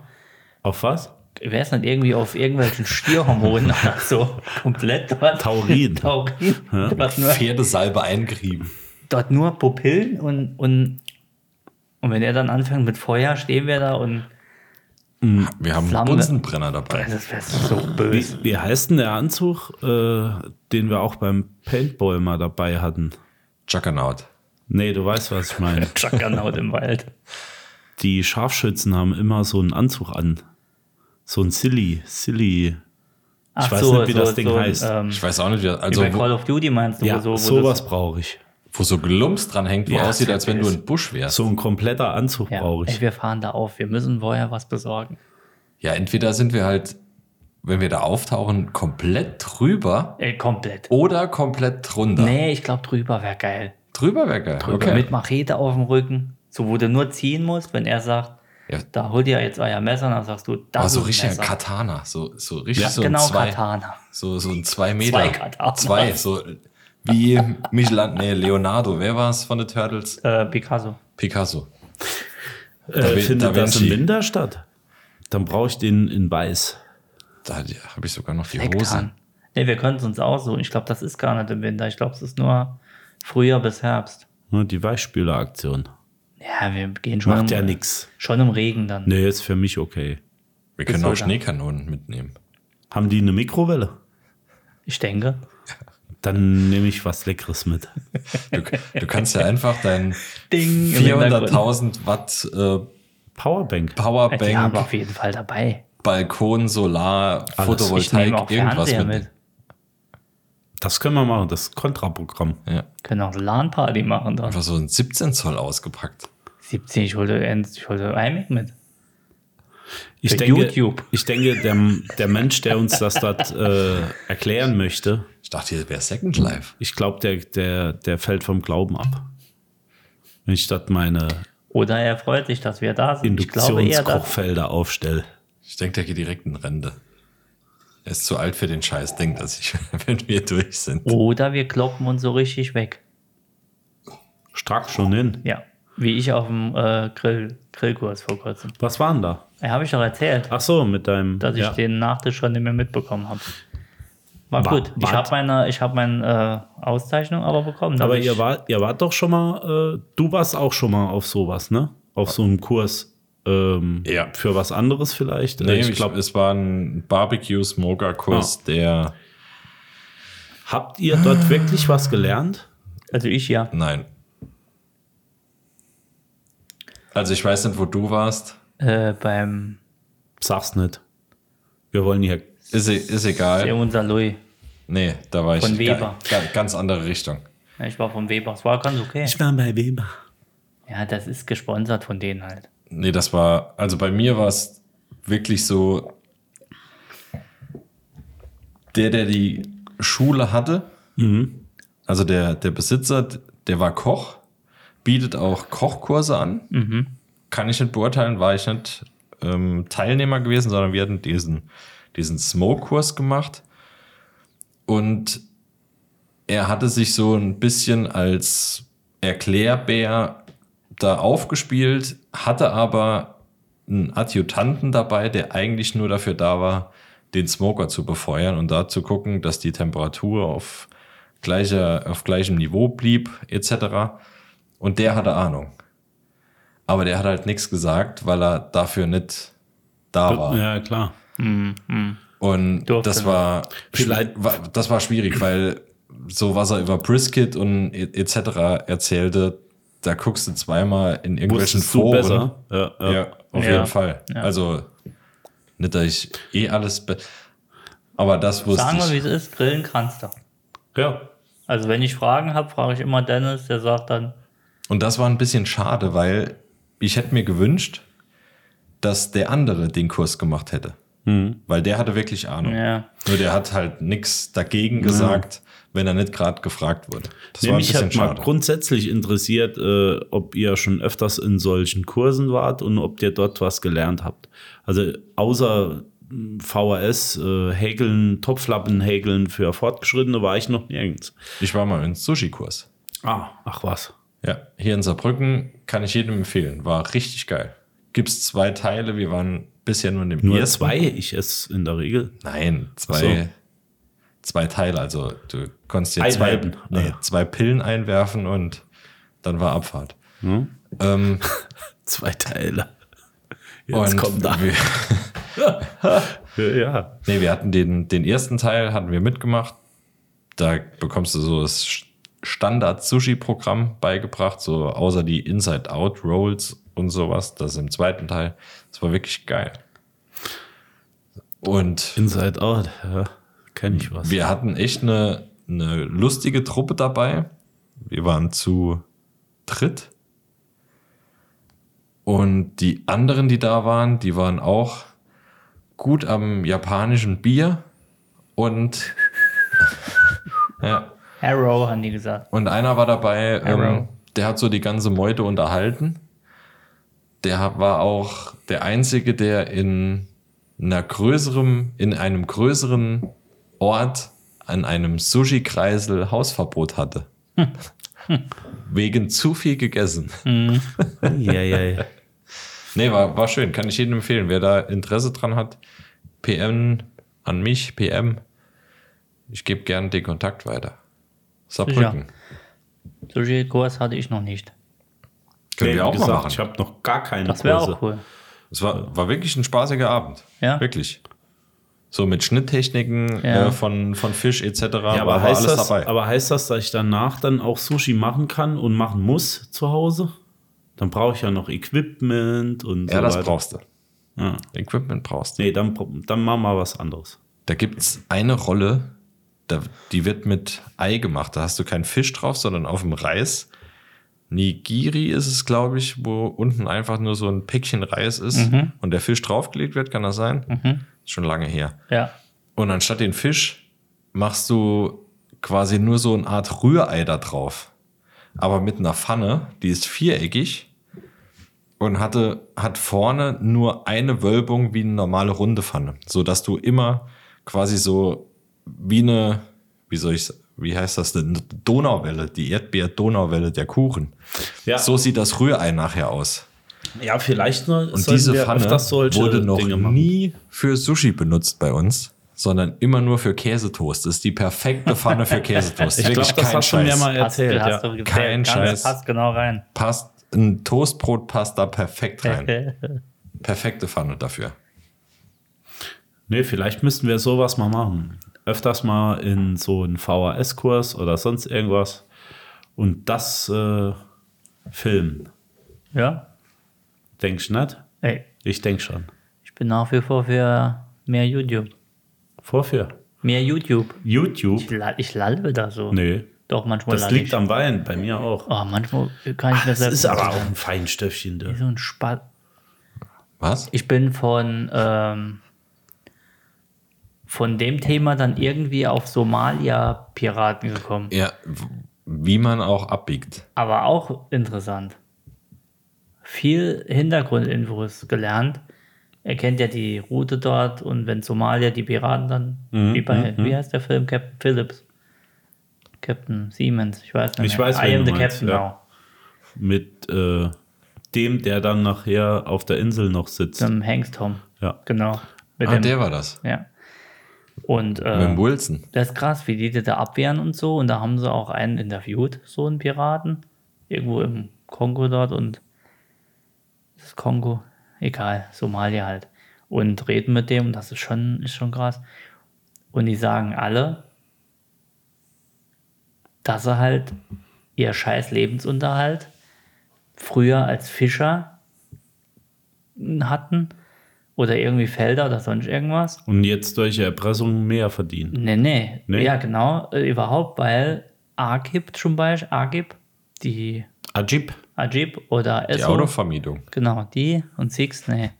Speaker 6: Auf was?
Speaker 5: Wäre es nicht irgendwie auf irgendwelchen Stierhormonen oder so? Komplett dort.
Speaker 6: Taurin.
Speaker 5: Taurin. Dort nur
Speaker 4: Pferdesalbe eingerieben.
Speaker 5: dort nur Pupillen und, und, und wenn er dann anfängt mit Feuer, stehen wir da und
Speaker 4: Wir haben einen
Speaker 5: Flamme.
Speaker 4: Bunsenbrenner dabei.
Speaker 5: das wäre so
Speaker 6: Wie,
Speaker 5: böse.
Speaker 6: wie heißt denn der Anzug, äh, den wir auch beim Paintball mal dabei hatten?
Speaker 4: Juggernaut.
Speaker 6: Nee, du weißt, was ich meine.
Speaker 5: Juggernaut im Wald.
Speaker 6: Die Scharfschützen haben immer so einen Anzug an. So ein Silly, Silly.
Speaker 5: Ach
Speaker 6: weiß nicht, wie das Ding heißt.
Speaker 5: Ähm,
Speaker 4: Ich weiß auch nicht, wie also
Speaker 5: wie bei Call
Speaker 4: wo,
Speaker 5: of Duty meinst du?
Speaker 6: Ja,
Speaker 5: wo so, wo
Speaker 6: Also sowas brauche ich.
Speaker 4: wo so Glumps dran hängt, wo
Speaker 6: Ja,
Speaker 4: aussieht, als wenn du
Speaker 5: ist-
Speaker 4: ein Busch wärst.
Speaker 6: So ein kompletter Anzug
Speaker 5: das, ja,
Speaker 6: brauche ich.
Speaker 5: ey, wir fahren da auf. Wir müssen vorher was besorgen.
Speaker 4: Ja, entweder sind wir halt, wenn wir da auftauchen, komplett drüber
Speaker 5: Ey, komplett.
Speaker 4: oder komplett drunter.
Speaker 5: Nee, ich glaube, drüber wäre geil.
Speaker 4: Drüber wäre geil. Okay.
Speaker 5: Mit Machete auf dem Rücken. So, wo du nur ziehen musst, wenn er sagt,
Speaker 4: Ja.
Speaker 5: da holt ihr jetzt euer Messer, dann sagst du, das
Speaker 6: Oh,
Speaker 4: Aber so
Speaker 5: ist ein
Speaker 4: richtig ein
Speaker 5: Messer.
Speaker 4: Katana. So, so richtig
Speaker 5: Ja,
Speaker 4: so
Speaker 5: genau,
Speaker 4: ein zwei,
Speaker 5: Katana.
Speaker 4: So, so ein zwei Meter.
Speaker 5: Zwei Katana.
Speaker 4: Zwei, so wie Michelangelo, nee, Leonardo. Wer war es von den Turtles?
Speaker 5: Äh, Picasso.
Speaker 4: Picasso. Da
Speaker 6: Äh,
Speaker 4: Vin-
Speaker 6: findet
Speaker 4: Da
Speaker 6: das im
Speaker 4: Vinci.
Speaker 6: Winter statt? Dann brauche ich den in weiß.
Speaker 4: Da habe ich sogar noch die Hose.
Speaker 5: Nektarn. Nee, wir können es uns aussuchen. Ich glaube, das ist gar nicht im Winter. Ich glaube, es ist nur Frühjahr bis Herbst.
Speaker 6: Ne, Die Weichspüleraktion.
Speaker 5: Ja, wir gehen schon,
Speaker 6: Macht
Speaker 5: im,
Speaker 6: ja nichts.
Speaker 5: schon im Regen dann.
Speaker 6: Nee, ist für mich okay.
Speaker 4: Wir können auch
Speaker 5: sogar.
Speaker 4: Schneekanonen mitnehmen.
Speaker 6: Haben die eine Mikrowelle?
Speaker 5: Ich denke.
Speaker 6: Dann nehme ich was Leckeres mit.
Speaker 4: Du, du kannst ja einfach dein
Speaker 5: Ding, im
Speaker 4: 400.000 Watt äh,
Speaker 6: Powerbank.
Speaker 5: Ja, die haben wir
Speaker 4: Powerbank,
Speaker 5: auf jeden Fall dabei.
Speaker 4: Balkon, Solar,
Speaker 5: Ah, Ich nehme auch
Speaker 4: Photovoltaik, irgendwas
Speaker 5: Fernseher
Speaker 4: mit.
Speaker 5: mit.
Speaker 6: Das können wir machen. Das ist Kontraprogramm.
Speaker 4: Ja,
Speaker 5: Können auch eine LAN-Party machen dann.
Speaker 4: einfach so ein 17 Zoll ausgepackt.
Speaker 5: 17, ich hole, ich hole iMac mit.
Speaker 6: Ich
Speaker 5: Für
Speaker 6: denke,
Speaker 5: YouTube.
Speaker 6: ich denke der, der Mensch, der uns das dort äh, erklären möchte,
Speaker 4: Ich dachte, hier wäre Second Life.
Speaker 6: ich glaube, der, der, der fällt vom Glauben ab. Wenn ich dort meine
Speaker 5: Oder er freut sich, dass wir da sind. Ich glaube eher, dass
Speaker 6: Induktionskochfelder aufstelle.
Speaker 4: Ich denke, der geht direkt in Rente. Er ist zu alt für den Scheiß, denkt dass ich, wenn wir durch sind.
Speaker 5: Oder wir kloppen uns so richtig weg.
Speaker 6: Strack schon hin.
Speaker 5: Ja. Wie ich auf dem äh, Grill, Grillkurs vor kurzem.
Speaker 6: Was waren da?
Speaker 5: Ja, Habe ich doch erzählt.
Speaker 6: Ach so, mit deinem.
Speaker 5: dass ich
Speaker 6: ja.
Speaker 5: den Nachtisch schon nicht mehr mitbekommen habe. War
Speaker 6: Wa-
Speaker 5: gut. Ich
Speaker 6: wart-
Speaker 5: habe meine, ich hab meine äh, Auszeichnung aber bekommen. dass
Speaker 6: Aber
Speaker 5: ich,
Speaker 6: ihr wart, ihr wart doch schon mal, äh, du warst auch schon mal auf sowas, ne? Auf so einem Kurs. Ähm,
Speaker 4: Ja.
Speaker 6: Für was anderes vielleicht? Äh,
Speaker 4: Nee,
Speaker 6: ich
Speaker 4: ich glaube,
Speaker 6: glaub,
Speaker 4: es war ein
Speaker 5: Ah.
Speaker 4: Barbecue-Smoker-Kurs, der.
Speaker 6: habt ihr dort wirklich was gelernt?
Speaker 5: Also ich ja.
Speaker 4: Nein. Also, ich weiß nicht, wo du warst.
Speaker 5: Äh, beim
Speaker 6: Sag's nicht. Wir wollen hier.
Speaker 4: Ist, e- ist egal.
Speaker 5: der unser Louis.
Speaker 4: Nee, da war ich.
Speaker 5: Von
Speaker 4: ga-
Speaker 5: Weber.
Speaker 4: Ga, ganz andere Richtung.
Speaker 5: Ja, Ich war vom Weber. Es war ganz okay.
Speaker 6: war bei Weber.
Speaker 5: Ja, das ist gesponsert von denen halt.
Speaker 4: Nee, das war, also bei mir war es wirklich so, der, der die Schule hatte, also der, der Besitzer, der war Koch, bietet auch Kochkurse an. Kann ich nicht beurteilen, war ich nicht ähm, Teilnehmer gewesen, sondern wir hatten diesen, diesen Smoke-Kurs gemacht. Und er hatte sich so ein bisschen als Erklärbär da aufgespielt, hatte aber einen Adjutanten dabei, der eigentlich nur dafür da war, den Smoker zu befeuern und da zu gucken, dass die Temperatur auf, gleicher, auf gleichem Niveau blieb, etc. Und der hatte Ahnung. Aber der hat halt nichts gesagt, weil er dafür nicht da war.
Speaker 6: Ja, klar.
Speaker 4: Und
Speaker 5: Durfte. ne?
Speaker 4: das war,
Speaker 6: Vielleicht-
Speaker 4: war das war schwierig, weil so was er über Brisket und e- etc. erzählte, da guckst du zweimal in irgendwelchen
Speaker 6: Wusstest du
Speaker 4: Foren.
Speaker 6: besser? Ja, ja.
Speaker 4: Ja, auf
Speaker 5: Ja.
Speaker 4: jeden Fall.
Speaker 5: Ja.
Speaker 4: Also nicht, dass ich eh alles, be aber das wusste
Speaker 5: Sagen wir, wie
Speaker 4: ich.
Speaker 5: es ist, grillen kannst du.
Speaker 6: ja.
Speaker 5: Also wenn ich Fragen habe, frage ich immer Dennis, der sagt dann,
Speaker 4: Und das war ein bisschen schade, weil ich hätte mir gewünscht, dass der andere den Kurs gemacht hätte, weil der hatte wirklich Ahnung.
Speaker 5: ja,
Speaker 4: Nur der hat halt nichts dagegen gesagt, wenn er nicht gerade gefragt wurde. Das
Speaker 6: Nee,
Speaker 4: war ein
Speaker 6: mich
Speaker 4: bisschen
Speaker 6: hat mal
Speaker 4: schade.
Speaker 6: grundsätzlich interessiert, äh, ob ihr schon öfters in solchen Kursen wart und ob ihr dort was gelernt habt. Also außer hm, mh, VHS, äh, Häkeln, Topflappen häkeln für Fortgeschrittene war ich noch nirgends.
Speaker 4: Ich war mal im Sushi-Kurs.
Speaker 6: Ah, ach was.
Speaker 4: Ja, hier in Saarbrücken kann ich jedem empfehlen. War richtig geil. Gibt's zwei Teile. Wir waren bisher nur in dem
Speaker 6: Nur
Speaker 4: ersten.
Speaker 6: zwei, ich esse in der Regel.
Speaker 4: Nein, zwei,
Speaker 6: Ach so.
Speaker 4: zwei Teile. Also du konntest dir
Speaker 6: Einen
Speaker 4: zwei,
Speaker 6: halben.
Speaker 4: nee,
Speaker 6: Ah.
Speaker 4: zwei Pillen einwerfen und dann war Abfahrt.
Speaker 6: Hm?
Speaker 4: Ähm,
Speaker 6: Zwei Teile.
Speaker 4: und
Speaker 6: Jetzt kommt da.
Speaker 4: wir,
Speaker 6: Ja.
Speaker 4: nee, wir hatten den, den ersten Teil hatten wir mitgemacht. Da bekommst du so das Standard-Sushi-Programm beigebracht, so außer die Inside-Out-Rolls und sowas. Das im zweiten Teil. Das war wirklich geil. Und
Speaker 6: Inside Out, ja. Kenne ich was.
Speaker 4: Wir hatten echt eine, eine lustige Truppe dabei. Wir waren zu dritt. Und die anderen, die da waren, die waren auch gut am japanischen Bier. Und, ja,
Speaker 5: Arrow haben die gesagt.
Speaker 4: und einer war dabei,
Speaker 5: Arrow.
Speaker 4: ähm, der hat so die ganze Meute unterhalten. Der war auch der Einzige, der in einer größeren, in einem größeren Ort an einem Sushi-Kreisel Hausverbot hatte. Wegen zu viel gegessen.
Speaker 6: Ja, ja, ja.
Speaker 4: Nee, war, war schön. Kann ich jedem empfehlen. Wer da Interesse dran hat, PM an mich, PM. Ich gebe gern den Kontakt weiter. Saarbrücken.
Speaker 5: Sushi Kurs hatte ich noch nicht.
Speaker 4: Können wir
Speaker 6: Nee, wie
Speaker 4: auch mal
Speaker 6: gesagt,
Speaker 4: machen.
Speaker 6: Ich habe noch gar keine
Speaker 5: Das wäre
Speaker 6: Kurse.
Speaker 5: auch cool.
Speaker 4: Es war, war wirklich ein spaßiger Abend.
Speaker 5: Ja.
Speaker 4: Wirklich. So mit Schnitttechniken
Speaker 5: Ja.
Speaker 4: äh, von, von Fisch etc.
Speaker 6: Ja,
Speaker 4: war
Speaker 6: aber heißt,
Speaker 4: alles
Speaker 6: das,
Speaker 4: dabei.
Speaker 6: aber heißt das, dass ich danach dann auch Sushi machen kann und machen muss zu Hause? Dann brauche ich ja noch Equipment und
Speaker 4: ja,
Speaker 6: so
Speaker 4: das
Speaker 6: weiter.
Speaker 4: brauchst du.
Speaker 6: Ja.
Speaker 4: Equipment brauchst du.
Speaker 6: Nee, dann, pro- dann machen wir was anderes.
Speaker 4: Da gibt es eine Rolle, da, die wird mit Ei gemacht. Da hast du keinen Fisch drauf, sondern auf dem Reis. Nigiri ist es, glaube ich, wo unten einfach nur so ein Päckchen Reis ist
Speaker 5: Mhm.
Speaker 4: und der Fisch draufgelegt wird, kann das sein? Ist schon lange her.
Speaker 5: Ja,
Speaker 4: Und anstatt den Fisch machst du quasi nur so eine Art Rührei da drauf. Aber mit einer Pfanne, die ist viereckig und hatte, hat vorne nur eine Wölbung wie eine normale runde Pfanne, sodass du immer quasi so wie eine, wie soll ich, wie heißt das denn, eine Donauwelle, die Erdbeer-Donauwelle der Kuchen.
Speaker 6: Ja,
Speaker 4: So sieht das Rührei nachher aus.
Speaker 6: ja vielleicht nur
Speaker 4: Und diese Pfanne
Speaker 6: öfters solche
Speaker 4: wurde noch
Speaker 6: Dinge machen.
Speaker 4: nie für Sushi benutzt bei uns, sondern immer nur für Käsetoast. Das ist die perfekte Pfanne für Käsetoast.
Speaker 6: Ich glaube,
Speaker 4: Wirklich
Speaker 6: das
Speaker 4: kein
Speaker 6: hast du mir
Speaker 4: Scheiß.
Speaker 6: mal erzählt.
Speaker 5: hast, du- hast
Speaker 6: ja.
Speaker 5: du gezählt.
Speaker 4: Kein
Speaker 5: Ganz,
Speaker 4: Scheiß.
Speaker 5: Passt genau rein.
Speaker 4: Passt ein Toastbrot passt da perfekt rein. Perfekte Pfanne dafür.
Speaker 6: Nee, vielleicht müssten wir sowas mal machen. Öfters mal in so einen VHS-Kurs oder sonst irgendwas und das äh, filmen.
Speaker 5: ja.
Speaker 6: Denkst du nicht?
Speaker 5: Ey,
Speaker 6: Ich denke schon.
Speaker 5: ich bin nach wie vor für mehr YouTube.
Speaker 6: Vorführ.
Speaker 5: Mehr YouTube.
Speaker 6: YouTube.
Speaker 5: Ich, la- ich lalle da so.
Speaker 6: Nee.
Speaker 5: Doch, manchmal
Speaker 6: Das
Speaker 5: lalle
Speaker 6: liegt
Speaker 5: ich.
Speaker 6: am Wein, bei mir auch.
Speaker 5: Oh, manchmal kann ich mir
Speaker 6: Das
Speaker 5: selbst.
Speaker 6: ist aber auch ein Feinstöffchen. Du.
Speaker 5: so ein Spaß.
Speaker 4: Was?
Speaker 5: Ich bin von, ähm, von dem Thema dann irgendwie auf Somalia-Piraten gekommen.
Speaker 4: Ja, w- wie man auch abbiegt.
Speaker 5: Aber auch interessant. Viel Hintergrundinfos gelernt. Er kennt ja die Route dort und wenn Somalia die Piraten dann,
Speaker 6: Mhm,
Speaker 5: wie bei, wie heißt der Film? Captain Phillips. Captain Siemens, ich weiß nicht.
Speaker 6: Ich
Speaker 5: mehr.
Speaker 6: weiß,
Speaker 5: I
Speaker 6: wen
Speaker 5: am
Speaker 6: du
Speaker 5: the
Speaker 6: meinst,
Speaker 5: Captain
Speaker 6: ja.
Speaker 5: now.
Speaker 6: Mit äh, dem, der dann nachher auf der Insel noch sitzt.
Speaker 5: Zum Hengst Tom.
Speaker 6: Ja.
Speaker 5: Genau. Mit
Speaker 4: Ah,
Speaker 5: dem-
Speaker 4: der war das.
Speaker 5: Ja. Und
Speaker 4: Mit dem
Speaker 5: äh,
Speaker 4: Wilson.
Speaker 5: das ist krass, wie die das da abwehren und so. Und da haben sie auch einen interviewt, so einen Piraten. Irgendwo im Kongo dort und das Kongo, egal, Somalia halt. und reden mit dem. Und das ist schon, ist schon krass. Und die sagen alle, dass sie halt ihr scheiß Lebensunterhalt früher als Fischer hatten oder irgendwie Felder oder sonst irgendwas.
Speaker 6: Und jetzt durch Erpressung mehr verdienen.
Speaker 5: Nee, nee.
Speaker 6: Nee?
Speaker 5: Ja, genau, äh, überhaupt, weil Agib zum Beispiel, Agib, die
Speaker 6: Ajib.
Speaker 5: Ajib oder
Speaker 4: Die
Speaker 5: Esso,
Speaker 4: Autovermietung.
Speaker 5: genau, die und Six, nee.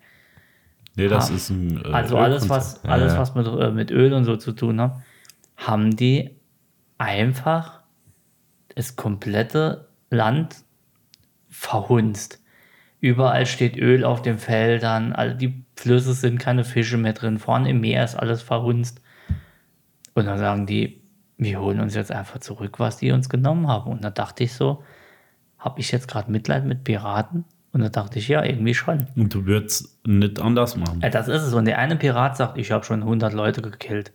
Speaker 6: Nee, das
Speaker 5: Ah.
Speaker 6: ist ein. äh,
Speaker 5: Also alles, was,
Speaker 6: Ölkonzern.
Speaker 5: alles,
Speaker 6: Ja, ja.
Speaker 5: was mit, äh, mit Öl und so zu tun hat, haben die einfach das komplette Land verhunzt. Überall steht Öl auf den Feldern, also die Flüsse sind keine Fische mehr drin, vorne im Meer ist alles verhunzt. Und dann sagen die, wir holen uns jetzt einfach zurück, was die uns genommen haben. Und da dachte ich so, habe ich jetzt gerade Mitleid mit Piraten? Und da dachte ich, ja, irgendwie schon.
Speaker 6: Und du würdest nicht anders machen.
Speaker 5: Ja, das ist es. Und der eine Pirat sagt, ich habe schon 100 Leute gekillt.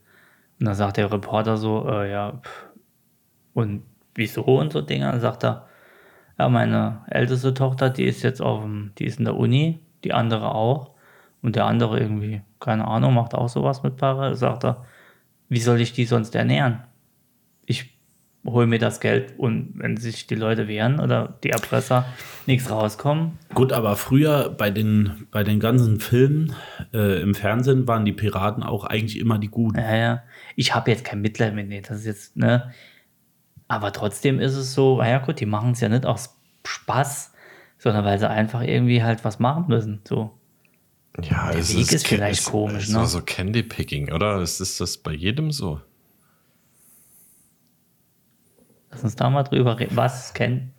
Speaker 5: Und dann sagt der Reporter so, äh, ja, pff, und wieso und so Dinger? Dann sagt er, ja, meine älteste Tochter, die ist jetzt auf dem, die ist in der Uni, die andere auch. Und der andere irgendwie, keine Ahnung, macht auch sowas mit Paare. Sagt er, wie soll ich die sonst ernähren? Ich hole mir das Geld und wenn sich die Leute wehren oder die Erpresser nichts rauskommen,
Speaker 6: Gut, aber früher bei den, bei den ganzen Filmen äh, im Fernsehen waren die Piraten auch eigentlich immer die Guten.
Speaker 5: Ja, ja. Ich habe jetzt kein Mitleid mit denen. Das ist jetzt, ne? Aber trotzdem ist es so, naja, gut, die machen es ja nicht aus Spaß, sondern weil sie einfach irgendwie halt was machen müssen. So.
Speaker 4: Ja,
Speaker 5: Der Weg ist vielleicht komisch, ne?
Speaker 4: Ist so Candy Picking, oder? Ist, ist das bei jedem so?
Speaker 5: Lass uns da mal drüber reden. Was kennen?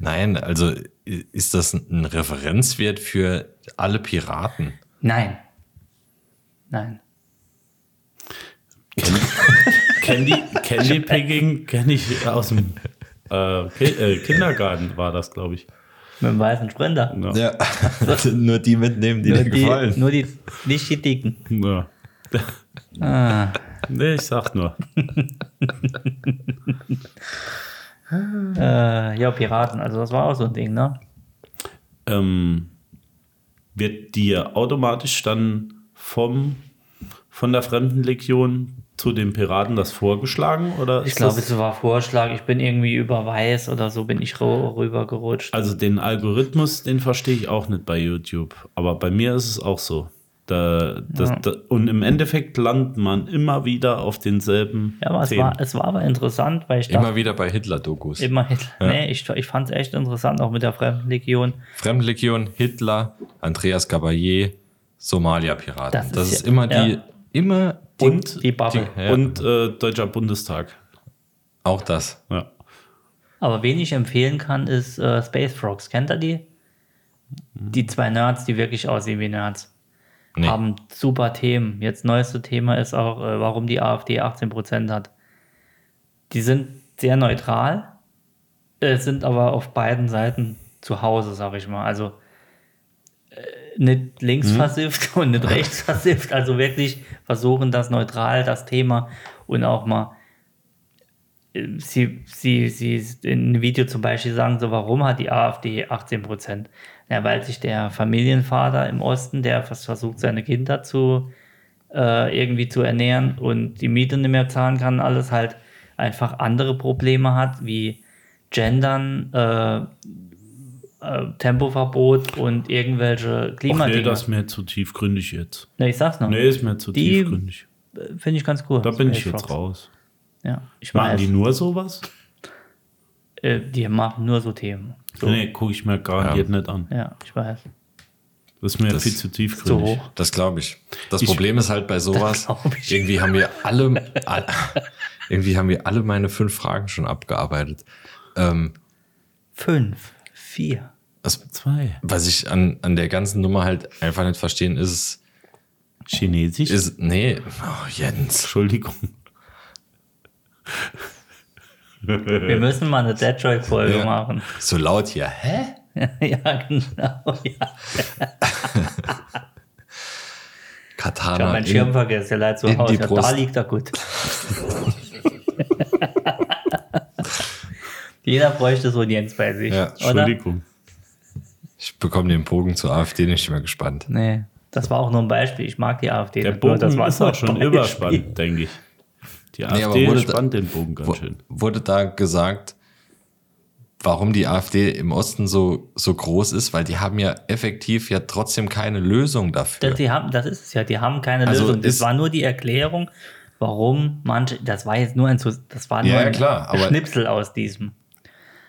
Speaker 4: Nein, also i- ist das ein Referenzwert für alle Piraten?
Speaker 5: Nein. Nein.
Speaker 6: Candy, Candy Picking kenne ich aus dem äh, Ki äh, Kindergarten, war das, glaube ich.
Speaker 5: Mit dem weißen Sprinter.
Speaker 6: Ja.
Speaker 4: Ja, nur die mitnehmen, die
Speaker 5: Nur
Speaker 4: dir
Speaker 5: die,
Speaker 4: gefallen.
Speaker 5: nur die, nicht die Dicken.
Speaker 6: Ja.
Speaker 5: Ah.
Speaker 6: Nee, ich sag nur.
Speaker 5: Äh, ja, Piraten. Also, das war auch so ein Ding, ne?
Speaker 6: ähm, wird dir automatisch dann vom, von der Fremdenlegion zu den Piraten das vorgeschlagen? Oder
Speaker 5: Ich
Speaker 6: ist
Speaker 5: glaube,
Speaker 6: das,
Speaker 5: es war Vorschlag. Ich bin irgendwie über Weiß oder so, bin ich rü- rübergerutscht.
Speaker 6: also den Algorithmus, den verstehe ich auch nicht bei YouTube. Aber bei mir ist es auch so. Da, das, da, und im Endeffekt landet man immer wieder auf denselben
Speaker 5: Ja, aber es
Speaker 6: Themen.
Speaker 5: war, es war aber interessant, weil ich dachte,
Speaker 4: Immer wieder bei Hitler-Dokus.
Speaker 5: Immerhin. Nee, ich, ich fand es echt interessant, auch mit der Fremdenlegion.
Speaker 4: Fremdlegion, Hitler, Andreas Caballé, Somalia-Piraten.
Speaker 5: Das
Speaker 4: Das,
Speaker 5: ist
Speaker 4: ist
Speaker 5: ja-
Speaker 4: immer die,
Speaker 5: ja.
Speaker 4: immer die,
Speaker 6: und
Speaker 5: Die Bubble.
Speaker 4: Die- ja.
Speaker 6: und äh, Deutscher Bundestag.
Speaker 4: auch das.
Speaker 6: Ja.
Speaker 5: Aber wen ich empfehlen kann, ist äh, Space Frogs. Kennt ihr die? Die zwei Nerds, die wirklich aussehen wie Nerds.
Speaker 4: Nee.
Speaker 5: Haben super Themen. Jetzt neueste Thema ist auch, äh, warum die AfD 18% hat. Die sind sehr neutral, äh, sind aber auf beiden Seiten zu Hause, sag ich mal. Also äh, nicht links versifft und nicht rechts versifft. Also wirklich versuchen das neutral, das Thema und auch mal sie, sie, sie in einem Video zum Beispiel sagen so, warum hat die AfD 18 Prozent? Ja, weil sich der Familienvater im Osten, der vers- versucht, seine Kinder zu äh, irgendwie zu ernähren und die Miete nicht mehr zahlen kann, alles halt einfach andere Probleme hat, wie Gendern, äh, äh, Tempoverbot und irgendwelche
Speaker 6: Ach, nee,
Speaker 5: Klimadinge.
Speaker 6: das ist mir zu tiefgründig jetzt.
Speaker 5: nee, ich sag's noch.
Speaker 6: Nee, ist mir zu
Speaker 5: Die-
Speaker 6: tiefgründig.
Speaker 5: Äh, Finde ich ganz cool.
Speaker 6: Da bin ich
Speaker 5: Space
Speaker 6: jetzt
Speaker 5: Frogs.
Speaker 6: raus.
Speaker 5: Ja, ich
Speaker 6: Machen
Speaker 5: weiß.
Speaker 6: die nur sowas?
Speaker 5: äh, die machen nur so Themen. So.
Speaker 6: Nee, gucke ich mir garantiert nicht an.
Speaker 5: Ja, ich weiß.
Speaker 6: Das ist mir
Speaker 4: Das-
Speaker 6: viel
Speaker 5: Zu
Speaker 6: zu tiefgründig.
Speaker 5: hoch.
Speaker 4: Das glaube ich. Das
Speaker 6: Ich-
Speaker 4: Problem ist halt bei sowas,
Speaker 5: glaub ich.
Speaker 4: irgendwie haben wir alle, all, irgendwie haben wir alle meine fünf Fragen schon abgearbeitet. Ähm,
Speaker 5: Fünf, vier.
Speaker 4: das,
Speaker 6: Zwei.
Speaker 4: was ich an, an der ganzen Nummer halt einfach nicht verstehen ist,
Speaker 6: Chinesisch?
Speaker 4: ist, nee, oh, Jens.
Speaker 6: Entschuldigung.
Speaker 5: Wir müssen mal eine Dead Joy Folge
Speaker 4: Äh, Ja.
Speaker 5: machen.
Speaker 4: So laut hier, hä?
Speaker 5: ja, genau. Ja. Ich habe
Speaker 4: Katana.
Speaker 5: meinen Schirm
Speaker 4: in-
Speaker 5: vergessen, der leider zu
Speaker 4: in
Speaker 5: Hause.
Speaker 4: die
Speaker 5: Ja, da
Speaker 4: Brust.
Speaker 5: liegt er gut. Jeder bräuchte so einen Jens bei sich.
Speaker 4: Ja,
Speaker 5: oder?
Speaker 6: Entschuldigung.
Speaker 4: ich bekomme den Bogen zur AfD nicht mehr gespannt.
Speaker 5: Nee. Das war auch nur ein Beispiel. Ich mag die AfD.
Speaker 6: Der
Speaker 5: nicht nur,
Speaker 6: Bogen
Speaker 5: das war
Speaker 6: ist
Speaker 5: nur
Speaker 6: auch
Speaker 5: ein
Speaker 6: schon
Speaker 5: Beispiel.
Speaker 6: überspannt, denke ich. Die AfD
Speaker 4: wurde da-
Speaker 6: spannt den Bogen ganz
Speaker 4: Wu-
Speaker 6: schön.
Speaker 4: Wurde da gesagt, warum die AfD im Osten so, so groß ist, weil die haben ja effektiv ja trotzdem keine Lösung dafür.
Speaker 5: Das, die haben, das ist es ja, die haben keine
Speaker 4: Also
Speaker 5: Lösung. Das
Speaker 4: ist-
Speaker 5: war nur die Erklärung, warum manche, das war jetzt nur ein, Zus- das war nur
Speaker 4: Ja, ja,
Speaker 5: ein
Speaker 4: klar, aber-
Speaker 5: Schnipsel aus diesem.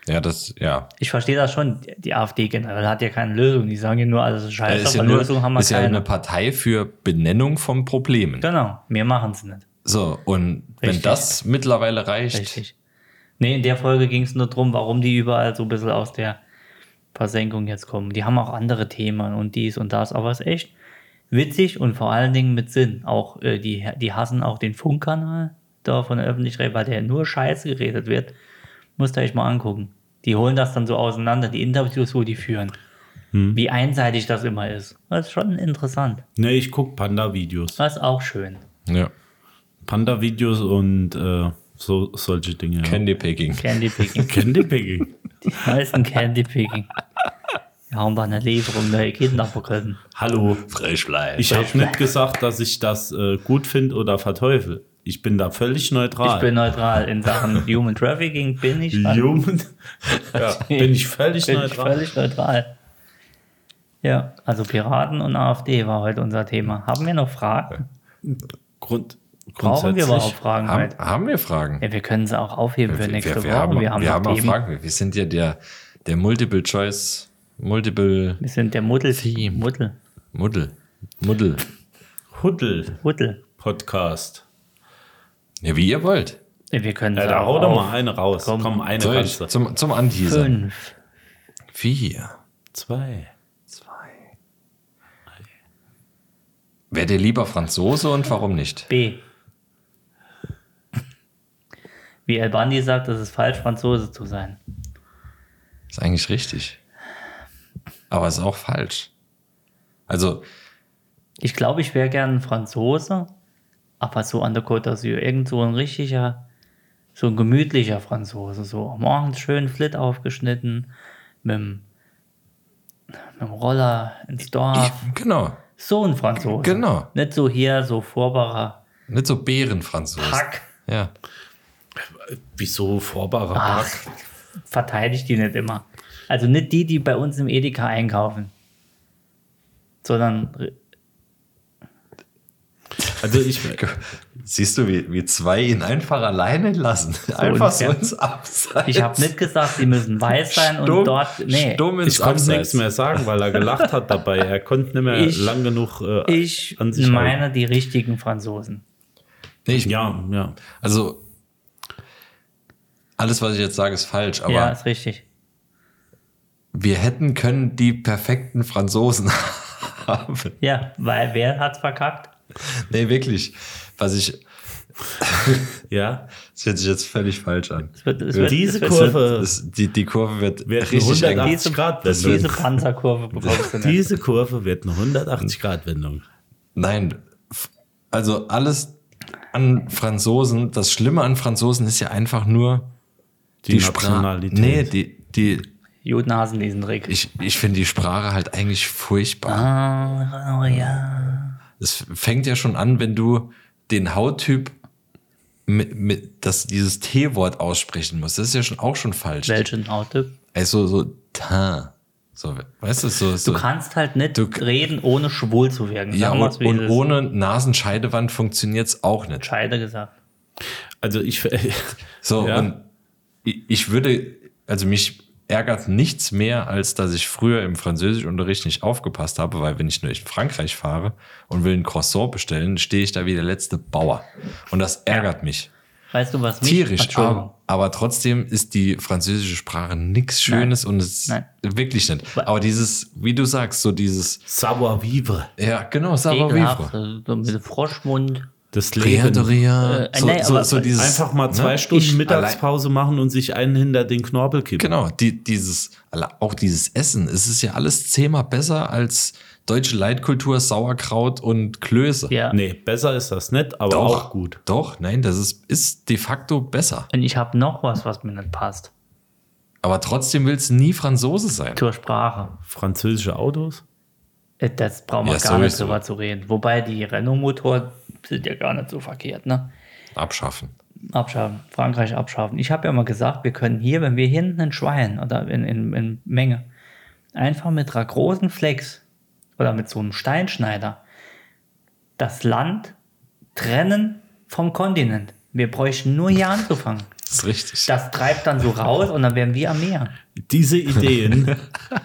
Speaker 4: ja, das, ja.
Speaker 5: Ich verstehe das schon, die AfD generell hat ja keine Lösung. Die sagen ja nur, alles ist scheiße,
Speaker 4: ist ja,
Speaker 5: aber
Speaker 4: nur,
Speaker 5: Lösung Also haben wir
Speaker 4: ist ja halt eine
Speaker 5: keine.
Speaker 4: Partei für Benennung von Problemen.
Speaker 5: genau, wir machen es nicht.
Speaker 4: So, und wenn
Speaker 5: Richtig.
Speaker 4: das mittlerweile reicht,
Speaker 5: Richtig. Nee, in der Folge ging es nur darum, warum die überall so ein bisschen aus der Versenkung jetzt kommen. Die haben auch andere Themen und dies und das, aber es ist echt witzig und vor allen Dingen mit Sinn. Auch äh, die, die hassen auch den Funkkanal da von der Öffentlichkeit, weil der nur Scheiße geredet wird. Musst du euch mal angucken. Die holen das dann so auseinander, die Interviews, wo die führen. Wie einseitig das immer ist. Das ist schon interessant.
Speaker 6: Nee, ich gucke Panda-Videos.
Speaker 5: Das ist auch schön.
Speaker 4: ja,
Speaker 6: Panda-Videos und äh, so, solche Dinge. ja.
Speaker 4: Candy Picking.
Speaker 5: Candy Picking.
Speaker 6: Candy Picking.
Speaker 5: meisten Candy Picking. Wir haben bei einer Lieferung neue Kinder bekommen.
Speaker 6: Hallo.
Speaker 4: Frischlein.
Speaker 6: Ich habe nicht gesagt, dass ich das äh, gut finde oder verteufel. Ich bin da völlig neutral.
Speaker 5: Ich bin neutral. In Sachen Human Trafficking bin ich, bin
Speaker 6: Jung. ja, bin ich völlig
Speaker 5: ich
Speaker 6: neutral.
Speaker 5: völlig neutral. Ja, also Piraten und AfD war heute unser Thema. Haben wir noch Fragen?
Speaker 6: Grund,
Speaker 5: Brauchen wir überhaupt
Speaker 6: grundsätzlich.
Speaker 5: Fragen
Speaker 4: haben,
Speaker 5: heute?
Speaker 4: haben wir Fragen?
Speaker 5: Ja, wir können sie auch aufheben für nächste Woche.
Speaker 4: Haben,
Speaker 5: wir haben,
Speaker 4: wir
Speaker 5: noch
Speaker 4: haben auch
Speaker 5: Themen.
Speaker 4: Fragen. Wir sind ja der, der Multiple Choice, Multiple
Speaker 5: Wir sind der Muddel.
Speaker 4: Theme.
Speaker 5: Muddel.
Speaker 4: Muddel. Muddel.
Speaker 6: Huddel
Speaker 5: Muddel.
Speaker 6: Podcast.
Speaker 4: Ja, wie ihr wollt.
Speaker 5: Ja, wir können
Speaker 6: Ja,
Speaker 5: sie
Speaker 6: da
Speaker 5: auch
Speaker 6: hau doch
Speaker 5: auf.
Speaker 6: mal eine raus. Komm,
Speaker 5: Komm.
Speaker 6: eine
Speaker 4: Soll ich
Speaker 6: ganze.
Speaker 4: zum, zum Anteasern.
Speaker 5: Fünf.
Speaker 4: Vier.
Speaker 6: Zwei.
Speaker 4: Zwei. Wärt ihr lieber Franzose und warum nicht?
Speaker 5: B. Wie El Bandi sagt, es ist falsch, Franzose zu sein.
Speaker 4: Ist eigentlich richtig. Aber ist auch falsch. Also,
Speaker 5: Ich glaube, ich wäre gern ein Franzose, aber so an der Côte d'Azur. Irgend so ein richtiger, so ein gemütlicher Franzose. So morgens schön Flit aufgeschnitten, mit dem, mit dem Roller ins Dorf.
Speaker 4: genau.
Speaker 5: so ein Franzose.
Speaker 4: Genau.
Speaker 5: Nicht so hier, so Vorbacher
Speaker 4: Nicht so Bärenfranzose.
Speaker 5: Pack.
Speaker 4: Ja.
Speaker 6: Wieso Vorbarer
Speaker 5: Ach,
Speaker 6: Park?
Speaker 5: verteidigt die nicht immer. Also nicht die, die bei uns im Edeka einkaufen, sondern
Speaker 6: Also ich,
Speaker 4: Siehst du, wie, wie zwei ihn einfach alleine lassen. Einfach so
Speaker 5: ungefähr.
Speaker 4: ins Abseits.
Speaker 5: ich habe nicht gesagt, sie müssen weiß sein und
Speaker 4: Stumm-
Speaker 5: dort. Nee.
Speaker 4: Stumm ins
Speaker 6: ich konnte
Speaker 4: Abseits.
Speaker 6: nichts mehr sagen, weil er gelacht hat dabei. Er konnte nicht mehr
Speaker 5: Ich-
Speaker 6: lang genug äh,
Speaker 5: Ich
Speaker 6: an sich
Speaker 5: meine
Speaker 4: halt.
Speaker 5: die richtigen Franzosen.
Speaker 4: Nee, ich,
Speaker 6: halten. Ja, ja.
Speaker 4: Also, alles, was ich jetzt sage, ist falsch, aber
Speaker 5: ja, ist richtig.
Speaker 4: wir hätten können die perfekten Franzosen haben.
Speaker 5: Ja, weil wer hat's verkackt?
Speaker 4: Nee, wirklich. Was ich,
Speaker 6: Ja,
Speaker 4: das hört sich jetzt völlig falsch an.
Speaker 5: Es wird, es wird,
Speaker 6: Diese
Speaker 5: es wird,
Speaker 6: Kurve-
Speaker 4: Das, die, die Kurve wird,
Speaker 6: wird eine
Speaker 4: richtig eng.
Speaker 6: 180 Grad
Speaker 5: Diese, diese
Speaker 6: Wendung.
Speaker 5: Panzerkurve bekommst du nicht.
Speaker 6: Diese Kurve wird eine 180 Grad Wendung.
Speaker 4: Nein, f- also alles an Franzosen, das Schlimme an Franzosen ist ja einfach nur die, Sprache.
Speaker 6: Nationalität.
Speaker 4: Nee, die, die,
Speaker 5: Juden hassen diesen Trick.
Speaker 4: ich, ich finde die Sprache halt eigentlich furchtbar.
Speaker 5: Ah, oh ja.
Speaker 4: Es fängt ja schon an, wenn du den Hauttyp mit, mit das, dieses T-Wort aussprechen musst. Das ist ja schon auch schon falsch.
Speaker 5: Welchen Oh, Auto?
Speaker 4: Also so Tin. So, weißt du, so, so
Speaker 5: Du kannst halt nicht
Speaker 4: Du-
Speaker 5: reden, ohne schwul zu werden.
Speaker 4: ja,
Speaker 5: Sagen wir's,
Speaker 4: und,
Speaker 5: wie es
Speaker 4: und
Speaker 5: ist.
Speaker 4: ohne Nasenscheidewand funktioniert's auch nicht.
Speaker 5: Scheide gesagt.
Speaker 6: Also ich,
Speaker 4: So,
Speaker 6: Ja.
Speaker 4: und ich, ich würde, also mich ärgert nichts mehr, als dass ich früher im Französischunterricht nicht aufgepasst habe, weil wenn ich nur in Frankreich fahre und will ein Croissant bestellen, stehe ich da wie der letzte Bauer. Und das ärgert mich.
Speaker 5: Weißt du, was mich
Speaker 4: tierisch.
Speaker 5: Entschuldigung.
Speaker 4: Aber, aber trotzdem ist die französische Sprache nichts Schönes und es
Speaker 5: Nein.
Speaker 4: wirklich nicht. Aber dieses, wie du sagst, so dieses,
Speaker 6: Sauer Vive.
Speaker 4: ja, genau,
Speaker 5: Ekelhaft,
Speaker 4: Savoir-vivre.
Speaker 5: so so mit Froschmund.
Speaker 6: Das
Speaker 4: Rien de
Speaker 6: Leben.
Speaker 4: rien.
Speaker 5: Äh,
Speaker 4: So,
Speaker 5: nein,
Speaker 4: so,
Speaker 5: aber
Speaker 4: so dieses,
Speaker 6: Einfach mal zwei
Speaker 4: ne?
Speaker 6: Stunden
Speaker 4: Ich-
Speaker 6: Mittagspause machen und sich einen hinter den Knorpel kippen.
Speaker 4: Genau, die, dieses, alle- auch dieses Essen. Es ist ja alles zehnmal besser als deutsche Leitkultur, Sauerkraut und Klöße.
Speaker 5: Ja.
Speaker 6: Nee, besser ist das nicht, aber auch gut.
Speaker 4: Doch, nein, das ist, ist de facto besser.
Speaker 5: Und ich habe noch was, was mir nicht passt.
Speaker 4: Aber trotzdem willst du nie Franzose sein.
Speaker 5: Zur Sprache.
Speaker 6: Französische Autos?
Speaker 5: Äh, Das brauchen wir
Speaker 4: Ja,
Speaker 5: gar nicht
Speaker 4: sowieso.
Speaker 5: drüber zu reden. Wobei die Renault-Motoren sind ja gar nicht so verkehrt, ne?
Speaker 4: Abschaffen.
Speaker 5: Abschaffen, Frankreich abschaffen. Ich habe ja mal gesagt, wir können hier, wenn wir hinten ein Schwein oder in, in, in Menge, einfach mit einer großen Flex oder mit so einem Steinschneider das Land trennen vom Kontinent. Wir bräuchten nur hier anzufangen.
Speaker 4: ist richtig.
Speaker 5: Das treibt dann so raus und dann wären wir am Meer.
Speaker 6: Diese Ideen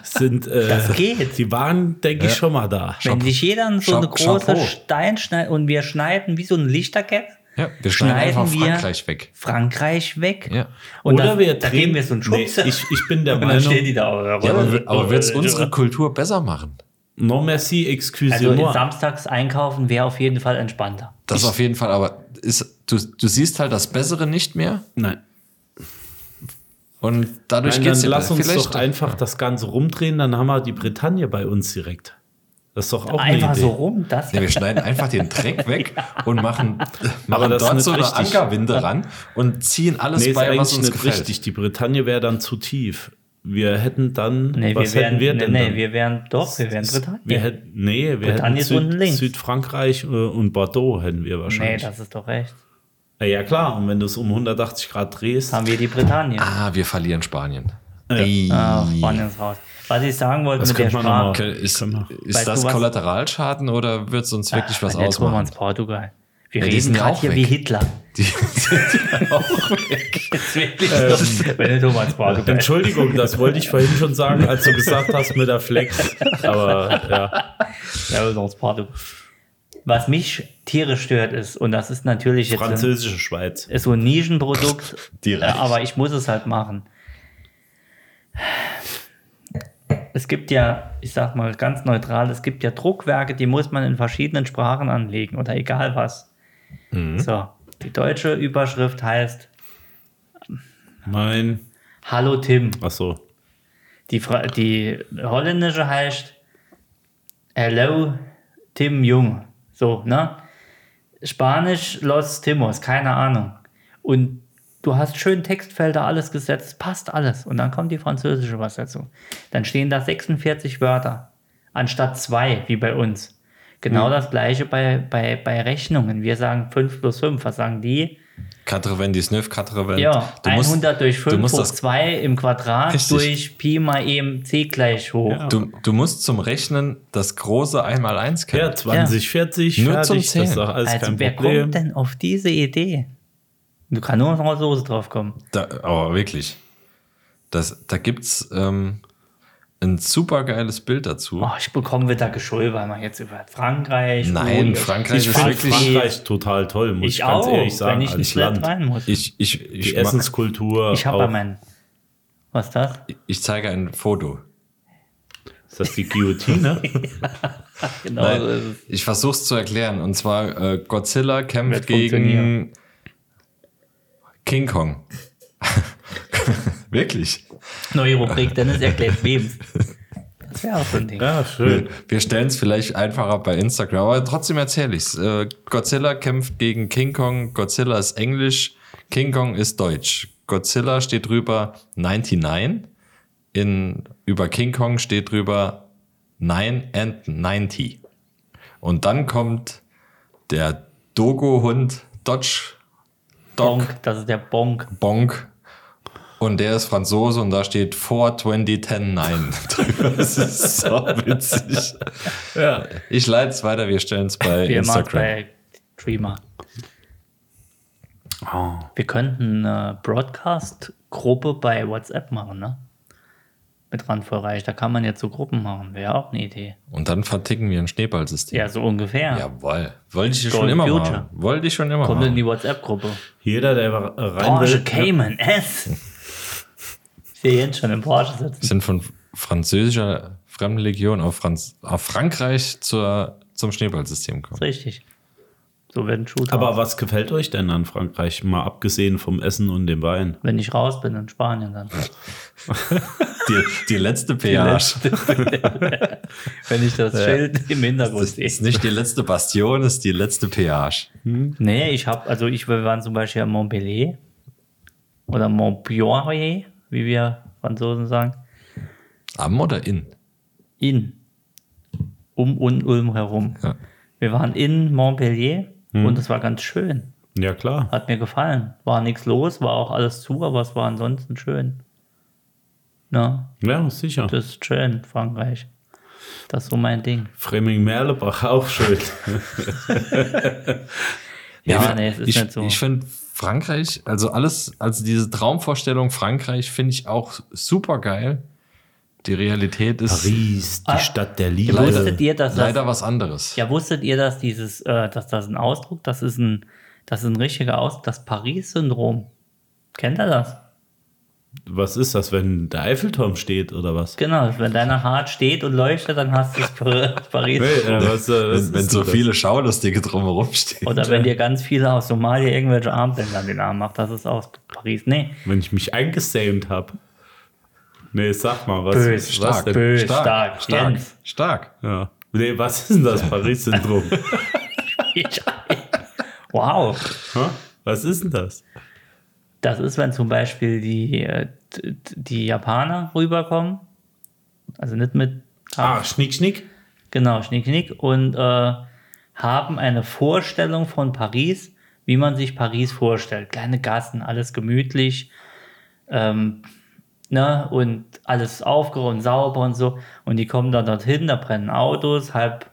Speaker 6: sind, äh,
Speaker 5: Das geht.
Speaker 6: die waren, denke ich, schon mal da.
Speaker 5: Wenn sich jeder so eine
Speaker 4: Chap-
Speaker 5: große
Speaker 4: Chapeau.
Speaker 5: Steinschneider und wir schneiden wie so ein Lichterkette,
Speaker 4: ja, wir schneiden einfach
Speaker 5: wir
Speaker 4: Frankreich weg.
Speaker 5: Frankreich weg.
Speaker 4: Ja.
Speaker 5: Und
Speaker 6: Oder
Speaker 5: dann,
Speaker 6: wir
Speaker 5: dann
Speaker 6: drehen-
Speaker 5: geben wir so einen Schubs.
Speaker 6: Nee, ich- ich bin der
Speaker 5: und
Speaker 6: Meinung-
Speaker 5: Dann stehen die da. Aber,
Speaker 4: Ja, aber, aber wird es unsere Kultur besser machen?
Speaker 6: Non merci, excusez-moi.
Speaker 5: Also in samstags einkaufen wäre auf jeden Fall entspannter.
Speaker 4: Das auf jeden Fall, aber ist, du, du siehst halt das Bessere nicht mehr
Speaker 6: Nein.
Speaker 4: und dadurch
Speaker 6: Nein,
Speaker 4: geht es
Speaker 6: dann lass uns doch einfach das Ganze rumdrehen, dann haben wir die Bretagne bei uns direkt. Das ist doch auch
Speaker 5: Einfach
Speaker 6: eine Idee.
Speaker 5: so rum, das
Speaker 4: Nee, wir schneiden einfach den Dreck weg und machen, machen
Speaker 6: das ist
Speaker 4: dort
Speaker 6: nicht
Speaker 4: so eine
Speaker 6: richtig.
Speaker 4: Ankerwinde ran und ziehen alles
Speaker 6: Nee, ist
Speaker 4: bei, was
Speaker 6: eigentlich
Speaker 4: uns
Speaker 6: nicht
Speaker 4: gefällt.
Speaker 6: richtig. Die Bretagne wäre dann zu tief. Wir hätten dann.
Speaker 5: Nee,
Speaker 6: was
Speaker 5: wir wären,
Speaker 6: hätten wir denn?
Speaker 5: nee,
Speaker 6: dann?
Speaker 5: nee, wir wären doch, wir wären Bretagne.
Speaker 6: Wir hätten, nee, wir
Speaker 5: Bretagne
Speaker 6: hätten
Speaker 5: ist unten
Speaker 6: Süd,
Speaker 5: links.
Speaker 6: Südfrankreich äh, und Bordeaux hätten wir
Speaker 5: nee,
Speaker 6: wahrscheinlich.
Speaker 5: das ist doch recht.
Speaker 6: Na ja, klar. Und wenn du es um 180 Grad drehst,
Speaker 5: Haben wir die Bretagne.
Speaker 4: Ah, wir verlieren Spanien.
Speaker 5: Ah, Spanien ist raus. Was ich sagen wollte
Speaker 6: Das
Speaker 5: mit der
Speaker 6: könnte man noch mal-
Speaker 5: Sprache,
Speaker 4: Okay, ist
Speaker 6: Können wir.
Speaker 4: ist
Speaker 5: Weißt
Speaker 4: das
Speaker 5: du was?
Speaker 4: Kollateralschaden oder wird es
Speaker 6: Ah,
Speaker 4: uns wirklich was
Speaker 5: jetzt wollen wir
Speaker 4: ausmachen?
Speaker 5: ins Portugal. Wir
Speaker 4: Ja, die
Speaker 5: reden
Speaker 4: sind ja
Speaker 5: gerade
Speaker 4: auch
Speaker 5: hier
Speaker 4: weg.
Speaker 5: wie Hitler.
Speaker 4: Die sind auch weg.
Speaker 5: Das ist wirklich
Speaker 6: Ähm.
Speaker 5: so, wenn du doch mal ins Portugal
Speaker 6: Entschuldigung, das wollte ich vorhin schon sagen, als du gesagt hast mit der Flex. Aber ja,
Speaker 5: Ja, wir sind ins Portugal. Was mich tierisch stört ist, und das ist natürlich jetzt ein,
Speaker 6: französische Schweiz.
Speaker 5: ist so ein Nischenprodukt, äh,
Speaker 4: Direkt.
Speaker 5: aber ich muss es halt machen. Es gibt ja, ich sag mal ganz neutral, es gibt ja Druckwerke, die muss man in verschiedenen Sprachen anlegen oder egal was. So, die deutsche Überschrift heißt
Speaker 6: Mein.
Speaker 5: Hallo Tim.
Speaker 6: Ach so.
Speaker 5: Die, Fra die holländische heißt Hello Tim Jung. So, ne? Spanisch Los Timos, keine Ahnung. Und du hast schön Textfelder, alles gesetzt, passt alles. Und dann kommt die französische Übersetzung. Dann stehen da 46 Wörter anstatt zwei, wie bei uns. Genau
Speaker 4: Hm.
Speaker 5: das gleiche bei, bei, bei Rechnungen. Wir sagen 5 plus 5. Was sagen die?
Speaker 4: Katrevent, die Snöf, Katrevent.
Speaker 5: Ja,
Speaker 4: du
Speaker 5: 100
Speaker 4: musst,
Speaker 5: durch 5
Speaker 4: du musst
Speaker 5: hoch
Speaker 4: das-
Speaker 5: 2 im Quadrat
Speaker 4: Richtig.
Speaker 5: durch Pi mal eben c gleich hoch.
Speaker 4: Du, du musst zum Rechnen das große einmal eins kennen.
Speaker 6: Ja, 20, 40,
Speaker 4: Nur
Speaker 6: fertig.
Speaker 4: zum
Speaker 6: das
Speaker 4: Zählen.
Speaker 6: ist doch alles
Speaker 5: also
Speaker 6: kein
Speaker 5: wer
Speaker 6: Problem.
Speaker 5: kommt denn auf diese Idee? Du kannst nur noch Soße drauf kommen.
Speaker 4: Da, aber wirklich. Das, da gibt es ähm, ein super geiles Bild dazu.
Speaker 5: Oh, ich bekomme wieder Geschuld, weil man jetzt über Frankreich.
Speaker 4: Nein,
Speaker 5: Ui,
Speaker 4: Frankreich
Speaker 6: Ich
Speaker 4: ist
Speaker 6: finde
Speaker 4: wirklich.
Speaker 6: Frankreich total toll, muss ich,
Speaker 5: Ich
Speaker 6: ganz
Speaker 5: auch,
Speaker 6: ehrlich sagen.
Speaker 5: wenn ich
Speaker 6: als
Speaker 5: nicht Land
Speaker 6: Land.
Speaker 5: rein muss. Ich,
Speaker 4: Ich, ich, ich,
Speaker 6: Die
Speaker 4: mach-
Speaker 6: Essenskultur.
Speaker 5: habe
Speaker 6: auch.
Speaker 5: bei meinen. Was ist das?
Speaker 4: ich zeige ein Foto.
Speaker 6: Ist das die
Speaker 5: Genau
Speaker 6: Guillotine?
Speaker 5: so ist
Speaker 4: Nein,
Speaker 5: es.
Speaker 4: ich versuche es zu erklären. Und zwar, äh, Godzilla kämpft
Speaker 5: Wird
Speaker 4: gegen
Speaker 5: funktionieren.
Speaker 4: King Kong. Wirklich.
Speaker 5: Neue Rubrik, Dennis erklärt wem. Das wäre auch so ein Ding.
Speaker 6: ja, schön.
Speaker 4: Wir stellen es vielleicht einfacher bei Instagram, aber trotzdem erzähle ich es. Äh, Godzilla kämpft gegen King Kong. Godzilla ist Englisch, King Kong ist Deutsch. Godzilla steht drüber 99. In, über King Kong steht drüber 9 and 90. Und dann kommt der Dogo-Hund Dodge Dog
Speaker 5: Bonk, das ist der Bonk.
Speaker 4: Bonk. Und der ist Franzose und da steht 42010-9 drüber. Das ist so witzig. Ich leite es weiter, wir stellen es bei
Speaker 5: Wir machen es
Speaker 4: Instagram.
Speaker 5: bei Dreamer.
Speaker 6: Ah.
Speaker 5: Wir könnten eine Broadcast-Gruppe bei WhatsApp machen, ne? Mit Randvollreich. Da kann man jetzt so Gruppen machen. Wäre auch eine Idee.
Speaker 4: und dann verticken wir ein Schneeballsystem.
Speaker 5: Ja, so ungefähr.
Speaker 4: Jawohl. Wollte ich schon
Speaker 5: Golden
Speaker 4: immer
Speaker 5: Future.
Speaker 4: machen. Wollte ich schon immer
Speaker 5: Kommt in
Speaker 4: machen.
Speaker 5: die WhatsApp-Gruppe.
Speaker 6: Jeder, der rein
Speaker 5: Porsche
Speaker 6: will,
Speaker 5: Cayman S. Ich sehe jetzt schon im Porsche sitzen.
Speaker 4: Sind von französischer Fremdenlegion auf, Franz auf Frankreich zur, zum Schneeballsystem gekommen.
Speaker 5: Richtig. So wird ein Shooter.
Speaker 6: Aber was gefällt euch denn an Frankreich? Mal abgesehen vom Essen und dem Wein.
Speaker 5: wenn ich raus bin in Spanien dann.
Speaker 4: Die, die letzte Peage.
Speaker 5: Wenn ich das Schild im Hintergrund
Speaker 4: Das
Speaker 5: sehe.
Speaker 4: ist nicht die letzte Bastion, das ist die letzte Peage.
Speaker 5: Nee, ich habe, also ich, wir waren zum Beispiel in Montpellier oder Montpellier, wie wir Franzosen sagen.
Speaker 4: Am oder in?
Speaker 5: In. um und Ulm herum.
Speaker 4: Ja.
Speaker 5: Wir waren in Montpellier und es war ganz schön.
Speaker 6: Ja, klar.
Speaker 5: Hat mir gefallen. War nichts los, war auch alles zu, aber es war ansonsten schön. Na,
Speaker 6: Ja, sicher.
Speaker 5: das ist schön, Frankreich. Das ist so mein Ding.
Speaker 6: Freming-Merlebach auch schön.
Speaker 5: Ja,
Speaker 4: ich-
Speaker 5: nee, es ist
Speaker 4: ich,
Speaker 5: nicht so.
Speaker 4: Ich finde Frankreich, also alles, also diese Traumvorstellung Frankreich finde ich auch super geil. Die Realität ist
Speaker 6: Paris, die
Speaker 5: Ah,
Speaker 6: Stadt der
Speaker 5: Ihr
Speaker 6: Liebe.
Speaker 5: wusstet ihr, dass das,
Speaker 4: leider was anderes.
Speaker 5: ja, wusstet ihr, dass dieses, äh, dass das ein Ausdruck, das ist ein, das ist ein richtiger Ausdruck, das Paris-Syndrom. Kennt ihr das?
Speaker 6: Was ist das, wenn der Eiffelturm steht oder was?
Speaker 5: Genau, wenn deiner hart steht und leuchtet, dann hast du es Pa- Paris.
Speaker 6: Nee, äh, was, äh, was
Speaker 4: wenn wenn
Speaker 6: ist
Speaker 4: so
Speaker 6: das?
Speaker 4: viele Schaulustige drumherum stehen.
Speaker 5: Oder wenn dir ganz viele aus Somalia irgendwelche Armbänder an den Arm macht, das ist aus Paris. Nee,
Speaker 6: Wenn ich mich eingesämt habe. Nee, sag mal, was
Speaker 5: Böse,
Speaker 6: was
Speaker 4: stark,
Speaker 6: denn?
Speaker 5: böse,
Speaker 4: stark,
Speaker 5: stark,
Speaker 4: stark,
Speaker 5: Jens.
Speaker 4: stark.
Speaker 6: Ja. Nee, was ist denn das Paris-Syndrom?
Speaker 5: Ich- wow.
Speaker 6: Hä? was ist denn das?
Speaker 5: Das ist, wenn zum Beispiel die, äh, t- t- die Japaner rüberkommen. Also nicht mit.
Speaker 6: Ah, Schnick, Schnick.
Speaker 5: Genau, Schnick, Schnick. Und äh, haben eine Vorstellung von Paris, wie man sich Paris vorstellt. Kleine Gassen, alles gemütlich. Ähm, ne? Und alles aufgeräumt, und sauber und so. Und die kommen dann dorthin, da brennen Autos, halb.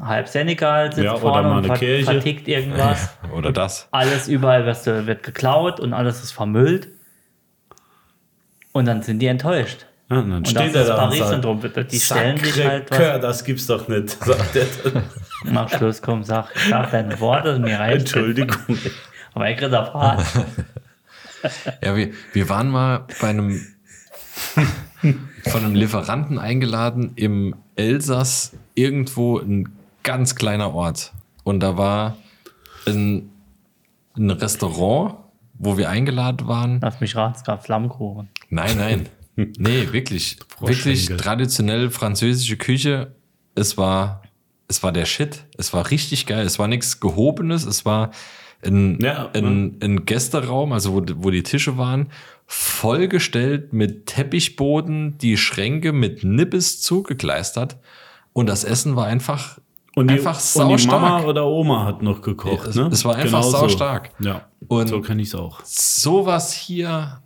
Speaker 5: Halb Senegal sitzt
Speaker 6: Ja, oder
Speaker 5: vorne
Speaker 6: mal
Speaker 5: und
Speaker 6: eine
Speaker 5: vert-
Speaker 6: Kirche.
Speaker 5: vertickt irgendwas
Speaker 4: Oder das.
Speaker 5: alles überall was, äh, wird geklaut und alles ist vermüllt. Und dann sind die enttäuscht.
Speaker 6: Ah, und dann
Speaker 5: Und
Speaker 6: steht
Speaker 5: das
Speaker 6: er
Speaker 5: ist
Speaker 6: da und sagt,
Speaker 5: Paris-Syndrom. Die stellen sich
Speaker 6: "Sacre
Speaker 5: halt
Speaker 6: Coeur,
Speaker 5: was.
Speaker 6: das gibt's doch nicht, sagt er dann.
Speaker 5: Mach Schluss, komm, sag, sag deine Worte, mir reicht.
Speaker 6: Entschuldigung.
Speaker 5: Aber ich krieg da Fahrt.
Speaker 4: Ja, wir, wir waren mal bei einem von einem Lieferanten eingeladen im Elsass, irgendwo ein ganz kleiner Ort. Und da war ein, ein Restaurant, wo wir eingeladen waren.
Speaker 5: Lass mich raten, es gab Flammkuchen.
Speaker 4: Nein, nein. Nee, wirklich. Wirklich
Speaker 6: Froschschenkel.
Speaker 4: traditionell französische Küche. Es war, es war der Shit. Es war richtig geil. Es war nichts Gehobenes. Es war ein,
Speaker 6: Ja, ne?
Speaker 4: ein, ein Gästeraum, also wo, wo die Tische waren, vollgestellt mit Teppichboden, die Schränke mit Nippes zugekleistert. Und das Essen war einfach,
Speaker 6: Und die,
Speaker 4: einfach
Speaker 6: und die Mama
Speaker 4: saustark.
Speaker 6: oder Oma hat noch gekocht.
Speaker 4: Ja,
Speaker 6: Ne?
Speaker 4: es- es war einfach
Speaker 6: Genauso.
Speaker 4: saustark.
Speaker 6: Ja,
Speaker 4: Und-
Speaker 6: so kann ich's auch.
Speaker 4: Sowas hier,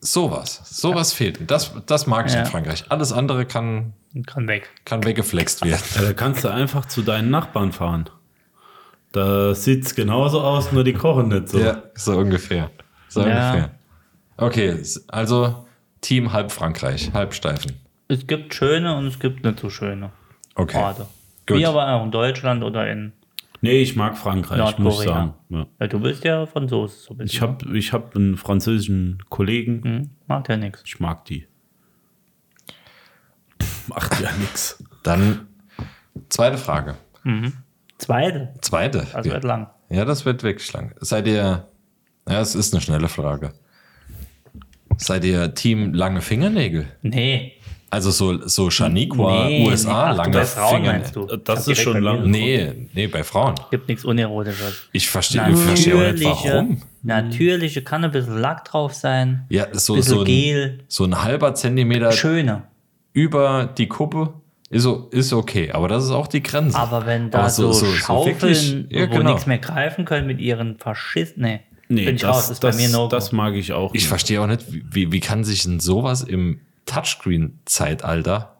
Speaker 4: sowas, sowas fehlt. Und Das, das mag ich
Speaker 5: Ja.
Speaker 4: in Frankreich. Alles andere kann,
Speaker 5: Und kann weg.
Speaker 4: kann weggeflext werden.
Speaker 6: Ja, da kannst du einfach zu deinen Nachbarn fahren. Da sieht's genauso aus, nur die kochen nicht so.
Speaker 4: Ja, so ungefähr. So
Speaker 5: Ja.
Speaker 4: ungefähr. Okay, s- also Team halb Frankreich, halb Steifen.
Speaker 5: Es gibt schöne und es gibt nicht so schöne
Speaker 4: Okay.
Speaker 5: Orte.
Speaker 4: Gut.
Speaker 5: Wir aber auch in Deutschland oder in
Speaker 6: Nee, ich mag Frankreich, muss ich sagen.
Speaker 5: Nordkorea.
Speaker 6: Ja.
Speaker 5: Ja, du bist ja Franzose so ein bisschen.
Speaker 6: Ich habe ich hab einen französischen Kollegen,
Speaker 5: Hm, macht ja nichts.
Speaker 6: ich mag die. Macht ja nix.
Speaker 4: Dann zweite Frage.
Speaker 5: Zweite,
Speaker 4: Zweite.
Speaker 5: also wird lang.
Speaker 4: Ja, das wird wirklich lang. Seid ihr, ja, es ist eine schnelle Frage. Seid ihr Team lange Fingernägel?
Speaker 5: Nee.
Speaker 4: Also so, so Shaniqua,
Speaker 5: nee.
Speaker 4: USA,
Speaker 5: Ach, du
Speaker 4: lange
Speaker 5: bist Frauen,
Speaker 4: Fingernägel.
Speaker 5: meinst du? Ich hab
Speaker 6: Das ist
Speaker 5: direkt
Speaker 6: schon
Speaker 5: bei mir
Speaker 6: lang.
Speaker 4: Nee, nee, bei Frauen.
Speaker 5: gibt nichts Unerotisches.
Speaker 4: Ich verstehe ich verstehe auch nicht, warum.
Speaker 5: natürliche kann ein bisschen Lack drauf sein,
Speaker 4: Ja, so,
Speaker 5: bisschen
Speaker 4: so, ein,
Speaker 5: Gel.
Speaker 4: so ein halber Zentimeter
Speaker 5: schöner.
Speaker 4: über die Kuppe ist, o- ist okay, aber das ist auch die Grenze.
Speaker 5: Aber wenn da
Speaker 4: Aber
Speaker 5: so, Schaufeln,
Speaker 4: wirklich- ja,
Speaker 5: wo
Speaker 4: genau.
Speaker 5: nichts mehr greifen können mit ihren Faschisten, nee,
Speaker 6: Nee,
Speaker 5: bin ich
Speaker 6: das,
Speaker 5: raus, ist
Speaker 6: das,
Speaker 5: bei mir no
Speaker 6: das mag ich auch.
Speaker 4: Ich
Speaker 6: nicht.
Speaker 4: verstehe auch nicht, wie, wie kann sich denn sowas im Touchscreen-Zeitalter,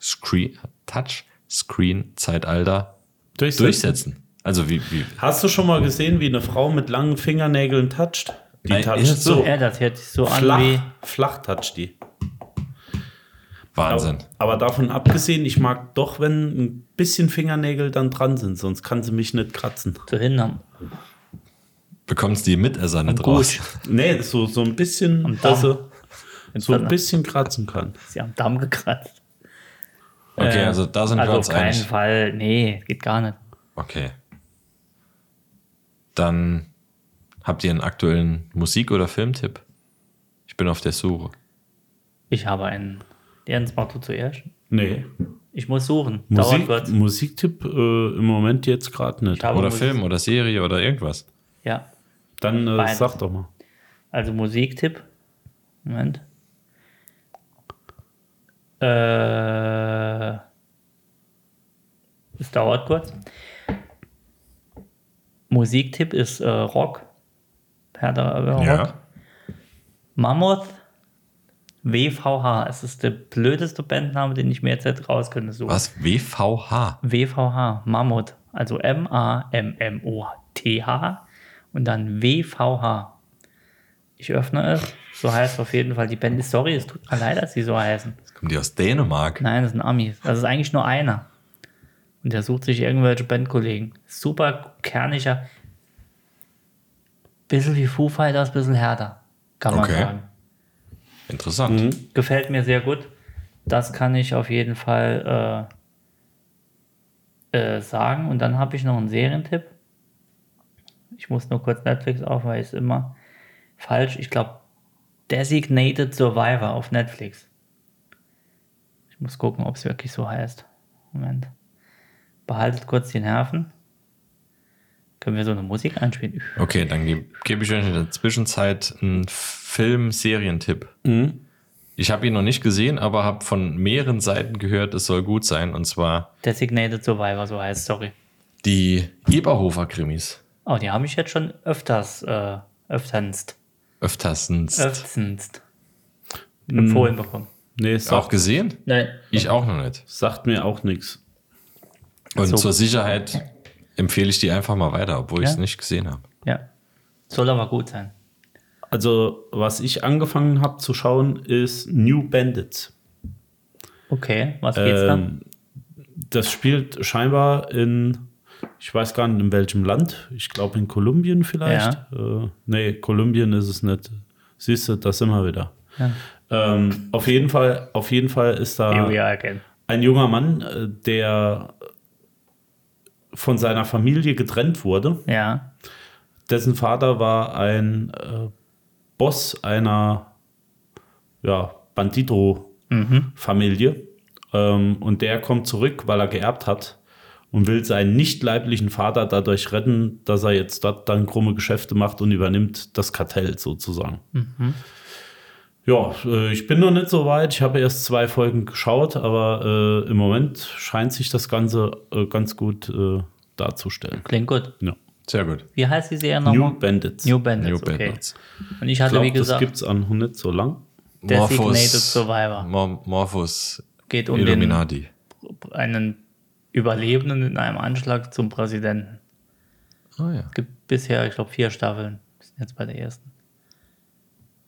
Speaker 4: Screen, Touchscreen-Zeitalter
Speaker 6: Durchsetzen.
Speaker 4: durchsetzen? Also wie, wie
Speaker 6: Hast du schon mal gesehen, wie eine Frau mit langen Fingernägeln toucht? Die
Speaker 4: Nein,
Speaker 6: toucht
Speaker 4: ist das so?
Speaker 6: so.
Speaker 5: ja, das hört sich so
Speaker 6: Flach,
Speaker 5: an wie
Speaker 6: flach toucht die.
Speaker 4: Wahnsinn.
Speaker 6: Aber davon abgesehen, ich mag doch, wenn ein bisschen Fingernägel dann dran sind, sonst kann sie mich nicht kratzen.
Speaker 5: zu hindern.
Speaker 4: Bekommst die Mitesser nicht raus.
Speaker 6: Nee, so, so ein bisschen,
Speaker 5: Am Damm.
Speaker 6: dass sie so ein
Speaker 5: dann-
Speaker 6: bisschen kratzen kann.
Speaker 5: Sie haben Damm gekratzt.
Speaker 4: Okay,
Speaker 5: Äh,
Speaker 4: also da sind
Speaker 5: also
Speaker 4: wir
Speaker 5: auf
Speaker 4: uns
Speaker 5: keinen
Speaker 4: einig.
Speaker 5: Fall, nee, geht gar nicht.
Speaker 4: Okay. Dann habt ihr einen aktuellen Musik- oder Filmtipp? Ich bin auf der Suche.
Speaker 5: Ich habe einen. Jens, mach du zuerst.
Speaker 6: Nee.
Speaker 5: Ich muss suchen. Dauert
Speaker 6: Musik,
Speaker 5: kurz.
Speaker 6: Musiktipp äh, im Moment jetzt gerade nicht.
Speaker 5: Ich habe
Speaker 4: Oder
Speaker 5: Musik-
Speaker 4: Film oder Serie oder irgendwas.
Speaker 5: Ja.
Speaker 6: Dann äh,
Speaker 5: Beides.
Speaker 6: sag doch mal.
Speaker 5: Also Musiktipp. Moment. Äh, Es dauert kurz. Musiktipp ist äh, Rock. Herder äh, Rock.
Speaker 4: Ja.
Speaker 5: Mammoth WVH. Es ist der blödeste Bandname, den ich mir jetzt hätte rauskönnen suchen.
Speaker 4: Was? WVH?
Speaker 5: WVH, Mammut. Also M-A-M-M-O-T-H und dann WVH. Ich öffne es. So heißt auf jeden Fall die Band. Sorry, es tut mir leid, dass sie so heißen.
Speaker 4: Kommen die aus Dänemark?
Speaker 5: Nein, das sind Amis. Das ist eigentlich nur einer. Und der sucht sich irgendwelche Bandkollegen. Super kerniger. Bisschen wie Foo Fighters, bisschen härter. Kann man
Speaker 4: Okay.
Speaker 5: sagen.
Speaker 4: Interessant.
Speaker 5: Mhm. Gefällt mir sehr gut. Das kann ich auf jeden Fall äh, äh, sagen. Und dann habe ich noch einen Serientipp. Ich muss nur kurz Netflix auf, weil ich es immer falsch. Ich glaube, Designated Survivor auf Netflix. Ich muss gucken, ob es wirklich so heißt. Moment. Behaltet kurz die Nerven. Können wir so eine Musik einspielen?
Speaker 4: Okay, dann ge- gebe ich euch in der Zwischenzeit einen Film-Serientipp.
Speaker 5: Mhm.
Speaker 4: Ich habe ihn noch nicht gesehen, aber habe von mehreren Seiten gehört, es soll gut sein. Und zwar
Speaker 5: Designated Survivor, so heißt sorry.
Speaker 4: die Eberhofer-Krimis.
Speaker 5: Oh, die habe ich jetzt schon öfters, äh, öfterst,
Speaker 4: Öfterstens.
Speaker 5: öfterst empfohlen bekommen.
Speaker 6: Nee,
Speaker 4: auch
Speaker 6: sagt,
Speaker 4: gesehen?
Speaker 5: Hm. Nein.
Speaker 4: Ich auch noch nicht.
Speaker 6: sagt mir auch nichts.
Speaker 4: Und
Speaker 5: So.
Speaker 4: zur Sicherheit empfehle ich die einfach mal weiter, obwohl ich es
Speaker 5: Ja.
Speaker 4: nicht gesehen habe.
Speaker 5: Ja. Soll aber gut sein.
Speaker 6: Also, was ich angefangen habe zu schauen, ist New Bandits.
Speaker 5: Okay, was geht's
Speaker 6: Ähm,
Speaker 5: dann?
Speaker 6: Das spielt scheinbar in, ich weiß gar nicht in welchem Land, ich glaube in Kolumbien vielleicht. Äh, nee, Kolumbien ist es nicht. Siehst du, da sind wir wieder. Ähm, auf, jeden Fall, auf jeden Fall ist da.
Speaker 5: Here we are again.
Speaker 6: ein junger Mann, äh, der von seiner Familie getrennt wurde.
Speaker 5: Ja.
Speaker 6: Dessen Vater war ein äh, Boss einer ja, Bandito-Familie. Ähm, und der kommt zurück, weil er geerbt hat und will seinen nicht leiblichen Vater dadurch retten, dass er jetzt dort dann krumme Geschäfte macht und übernimmt das Kartell sozusagen.
Speaker 5: Mhm.
Speaker 6: Ja, äh, ich bin noch nicht so weit. Ich habe erst zwei Folgen geschaut, aber äh, im Moment scheint sich das Ganze äh, ganz gut äh, darzustellen.
Speaker 5: Klingt gut.
Speaker 6: Ja.
Speaker 4: Sehr gut.
Speaker 5: Wie heißt die Serie
Speaker 6: New
Speaker 5: nochmal?
Speaker 6: Bandits.
Speaker 5: New Bandits.
Speaker 4: New
Speaker 5: okay.
Speaker 4: Bandits.
Speaker 5: Und ich
Speaker 6: ich
Speaker 5: hatte,
Speaker 6: glaube,
Speaker 5: wie
Speaker 6: das
Speaker 5: gesagt,
Speaker 6: gibt es an nicht so lang.
Speaker 5: Designated
Speaker 4: Morphos-
Speaker 5: Survivor.
Speaker 4: Mor Morphus
Speaker 5: geht um den,
Speaker 4: Illuminati.
Speaker 5: einen Überlebenden in einem Anschlag zum Präsidenten.
Speaker 4: Ah ja.
Speaker 5: Es gibt bisher, ich glaube, vier Staffeln. Wir sind jetzt bei der ersten.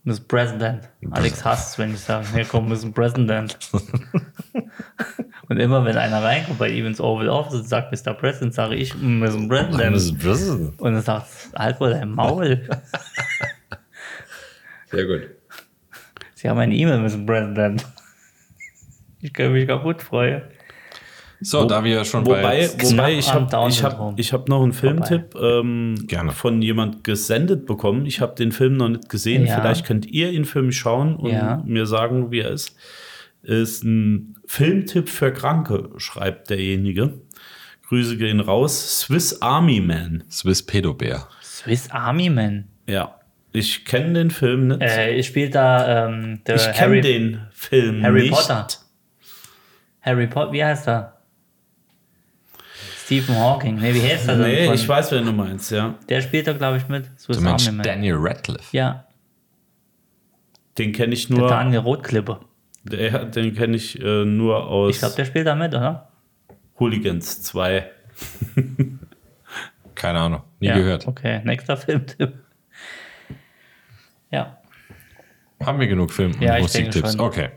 Speaker 5: Und das President. Alex hasst es, wenn ich sage, hier komm, das ist ein President. Und immer, wenn einer reinkommt bei ihm ins Oval Office und sagt Mr. President, sage ich, "Mm, das ist ein President.
Speaker 4: Sehr
Speaker 5: Und er sagt, halt wohl dein Maul.
Speaker 4: gut.
Speaker 5: Sie haben eine E-Mail, Mr. President. Ich kann mich kaputt freuen.
Speaker 4: So, da wir schon
Speaker 6: Wobei,
Speaker 4: bei
Speaker 6: wobei ich
Speaker 5: am
Speaker 6: habe ich
Speaker 5: Down-Syndrom.
Speaker 6: hab, ich hab noch einen Filmtipp ähm,
Speaker 4: Gerne.
Speaker 6: von jemand gesendet bekommen. Ich habe den Film noch nicht gesehen.
Speaker 5: Ja.
Speaker 6: Vielleicht könnt ihr ihn für mich schauen und
Speaker 5: Ja.
Speaker 6: mir sagen, wie er ist. Ist ein Filmtipp für Kranke, schreibt derjenige. Grüße gehen raus. Swiss Army Man.
Speaker 4: Swiss Pedo Bär.
Speaker 5: Swiss Army Man.
Speaker 6: Ja, ich kenne den Film nicht.
Speaker 5: Äh, ich spiele da ähm, der
Speaker 6: ich
Speaker 5: Harry,
Speaker 6: kenne den Film
Speaker 5: Harry
Speaker 6: nicht.
Speaker 5: Potter. Harry Potter, wie heißt er? Stephen Hawking. Ne, wie heißt er denn?
Speaker 6: Nee,
Speaker 5: von-
Speaker 6: ich weiß, wen du meinst, ja.
Speaker 5: Der spielt da, glaube ich, mit. Swiss
Speaker 4: Du meinst
Speaker 5: Army Man.
Speaker 4: Daniel Radcliffe.
Speaker 5: Ja,
Speaker 6: Den kenne ich
Speaker 5: der
Speaker 6: nur,
Speaker 5: Daniel Rotklippe.
Speaker 6: der, den kenne ich äh, nur aus
Speaker 5: Ich glaube, der spielt da mit, oder?
Speaker 6: Hooligans 2.
Speaker 4: Keine Ahnung. Nie
Speaker 5: ja.
Speaker 4: gehört.
Speaker 5: Okay, nächster Filmtipp. Ja,
Speaker 4: Haben wir genug Film- und
Speaker 5: Ja, ich denke
Speaker 4: Musiktipps?
Speaker 5: schon.
Speaker 4: Okay.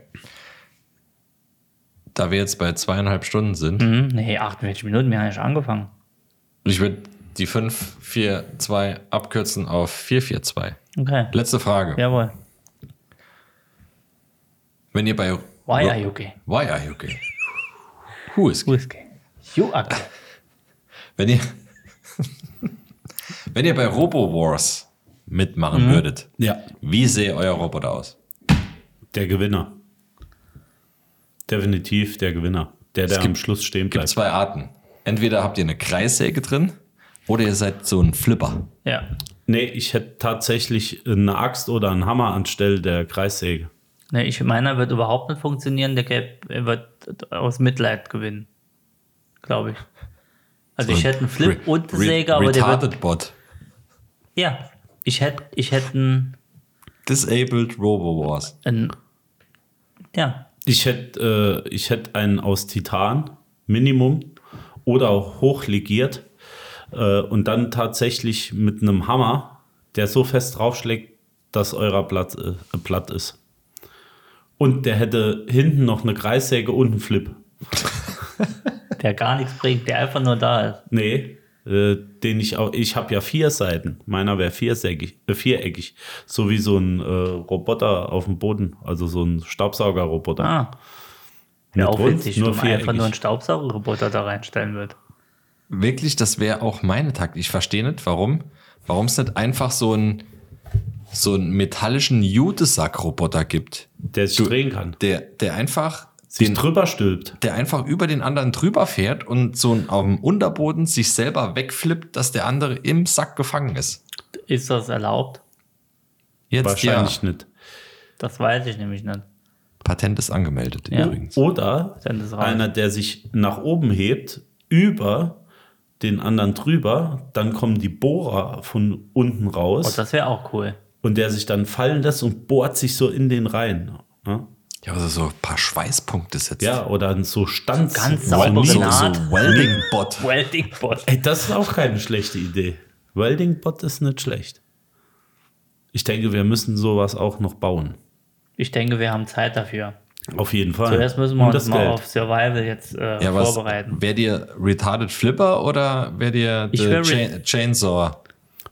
Speaker 4: Da wir jetzt bei zweieinhalb Stunden sind,
Speaker 5: hm, nee, 48 Minuten, wir haben ja schon angefangen.
Speaker 4: ich würde die 542 abkürzen auf 442.
Speaker 5: Okay,
Speaker 4: Letzte Frage.
Speaker 5: jawohl.
Speaker 4: Wenn ihr bei
Speaker 5: Why are you gay?
Speaker 4: Why are you gay? Who is
Speaker 5: Who
Speaker 4: gay?
Speaker 5: is gay? You are gay.
Speaker 4: Wenn ihr, wenn ihr bei Robo Wars mitmachen
Speaker 5: Mhm.
Speaker 4: würdet,
Speaker 6: Ja.
Speaker 4: wie sähe euer Roboter aus?
Speaker 6: Der Gewinner. Definitiv der Gewinner. Der, der am Schluss stehen
Speaker 4: Gibt
Speaker 6: bleibt.
Speaker 4: zwei Arten. Entweder habt ihr eine Kreissäge drin oder ihr seid so ein Flipper.
Speaker 5: Ja,
Speaker 6: Nee, ich hätte tatsächlich eine Axt oder einen Hammer anstelle der Kreissäge.
Speaker 5: nee, ich, meiner wird überhaupt nicht funktionieren, der Gelb wird aus Mitleid gewinnen. glaube ich. Also ich hätte einen Flip und eine Säge, aber der wird,
Speaker 4: Retarded Bot.
Speaker 5: ja, ich hätte, ich hätte einen,
Speaker 4: Disabled Robo Wars.
Speaker 5: einen ja,
Speaker 6: Ich hätte äh, ich hätt einen aus Titan, Minimum, oder auch hochlegiert. Äh, und dann tatsächlich mit einem Hammer, der so fest draufschlägt, dass eurer Blatt, äh, platt ist. Und der hätte hinten noch eine Kreissäge und einen Flip.
Speaker 5: der gar nichts bringt, der einfach nur da ist.
Speaker 6: Nee, äh, den ich auch. Ich habe ja vier Seiten. Meiner wäre viersägig, äh, viereckig. So wie so ein äh, Roboter auf dem Boden. Also so ein Staubsaugerroboter.
Speaker 5: Ah. Wäre
Speaker 6: Mit
Speaker 5: auch
Speaker 6: rund,
Speaker 5: witzig,
Speaker 6: nur
Speaker 5: wenn man einfach
Speaker 6: viereckig.
Speaker 5: nur einen Staubsaugerroboter da reinstellen wird.
Speaker 4: Wirklich, das wäre auch meine Takt. Ich verstehe nicht, warum. Warum es nicht einfach so einen so einen metallischen Jutesack-Roboter gibt,
Speaker 6: Der sich drehen kann.
Speaker 4: der, der einfach
Speaker 6: Sich drüber stülpt.
Speaker 4: der einfach über den anderen drüber fährt und so auf dem Unterboden sich selber wegflippt, dass der andere im Sack gefangen ist.
Speaker 5: Ist das erlaubt?
Speaker 4: Jetzt
Speaker 6: Wahrscheinlich
Speaker 4: ja.
Speaker 6: nicht.
Speaker 5: Das weiß ich nämlich nicht.
Speaker 4: Patent ist angemeldet
Speaker 5: Ja.
Speaker 4: übrigens.
Speaker 6: Oder
Speaker 5: Dann ist raus.
Speaker 6: einer, der sich nach oben hebt, über den anderen drüber, dann kommen die Bohrer von unten
Speaker 5: Oh,
Speaker 6: raus
Speaker 5: das wäre auch cool.
Speaker 6: und der sich dann fallen lässt und bohrt sich so in den rein. Ja,
Speaker 4: Ja, also so ein paar Schweißpunkte setzt.
Speaker 6: ja oder so Stanz.
Speaker 5: Ganz
Speaker 6: so
Speaker 5: saubere
Speaker 6: Nieten-
Speaker 4: so, so
Speaker 5: Naht.
Speaker 4: Welding-Bot.
Speaker 5: Welding Bot.
Speaker 6: Ey, das ist auch keine schlechte Idee. Welding-Bot ist nicht schlecht. Ich denke, wir müssen sowas auch noch bauen.
Speaker 5: Ich denke, wir haben Zeit dafür.
Speaker 6: Auf jeden Fall.
Speaker 5: Zuerst müssen wir uns
Speaker 6: Und das
Speaker 5: mal
Speaker 6: Geld.
Speaker 5: auf Survival jetzt äh,
Speaker 4: Ja, was?
Speaker 5: vorbereiten.
Speaker 4: Wäre dir Retarded Flipper oder wäre dir
Speaker 5: Ich
Speaker 4: der
Speaker 5: wär
Speaker 4: Cha
Speaker 5: re-
Speaker 4: Chainsaw?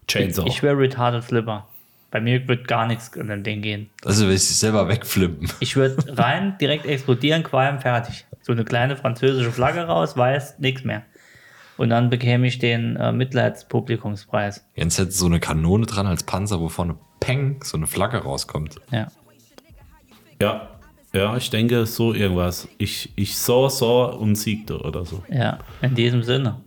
Speaker 6: Chainsaw.
Speaker 5: Ich wäre retarded Flipper. Bei mir wird gar nichts an dem Ding gehen.
Speaker 4: Also will ich sich selber wegflippen.
Speaker 5: Ich würde rein, direkt explodieren, qualm, fertig. So eine kleine französische Flagge raus, weiß, nichts mehr. Und dann bekäme ich den äh, Mitleidspublikumspreis.
Speaker 4: Jens hätte so eine Kanone dran als Panzer, wo vorne Peng so eine Flagge rauskommt.
Speaker 5: Ja.
Speaker 6: Ja, ja, ich denke so irgendwas. Ich, ich saw, saw und siegte oder so.
Speaker 5: Ja, in diesem Sinne.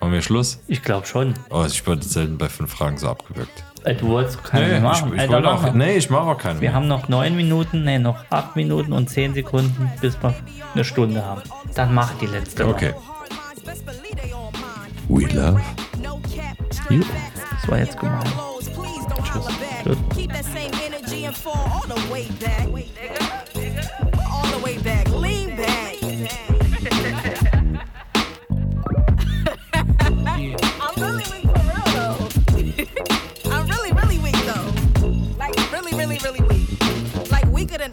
Speaker 4: Machen wir Schluss?
Speaker 5: Ich glaube schon.
Speaker 4: Oh, ich wurde selten bei fünf Fragen so abgewürgt.
Speaker 5: Äh, Du wolltest keine mehr
Speaker 4: ich,
Speaker 5: machen.
Speaker 4: ich
Speaker 5: Alter,
Speaker 4: wollte
Speaker 5: mach
Speaker 4: auch,
Speaker 5: mal.
Speaker 4: nee, ich mache auch keine.
Speaker 5: Wir
Speaker 4: mehr.
Speaker 5: haben noch neun Minuten, nee, noch acht Minuten und zehn Sekunden, bis wir eine Stunde haben. Dann mach die letzte.
Speaker 4: Okay.
Speaker 3: We love you.
Speaker 5: Das war jetzt gemein. Tschüss.
Speaker 3: Keep that same energy and fall all the way back. All the way back. Lean back. I'm really weak for real though. I'm really, really weak though. Like really, really, really weak. Like weaker than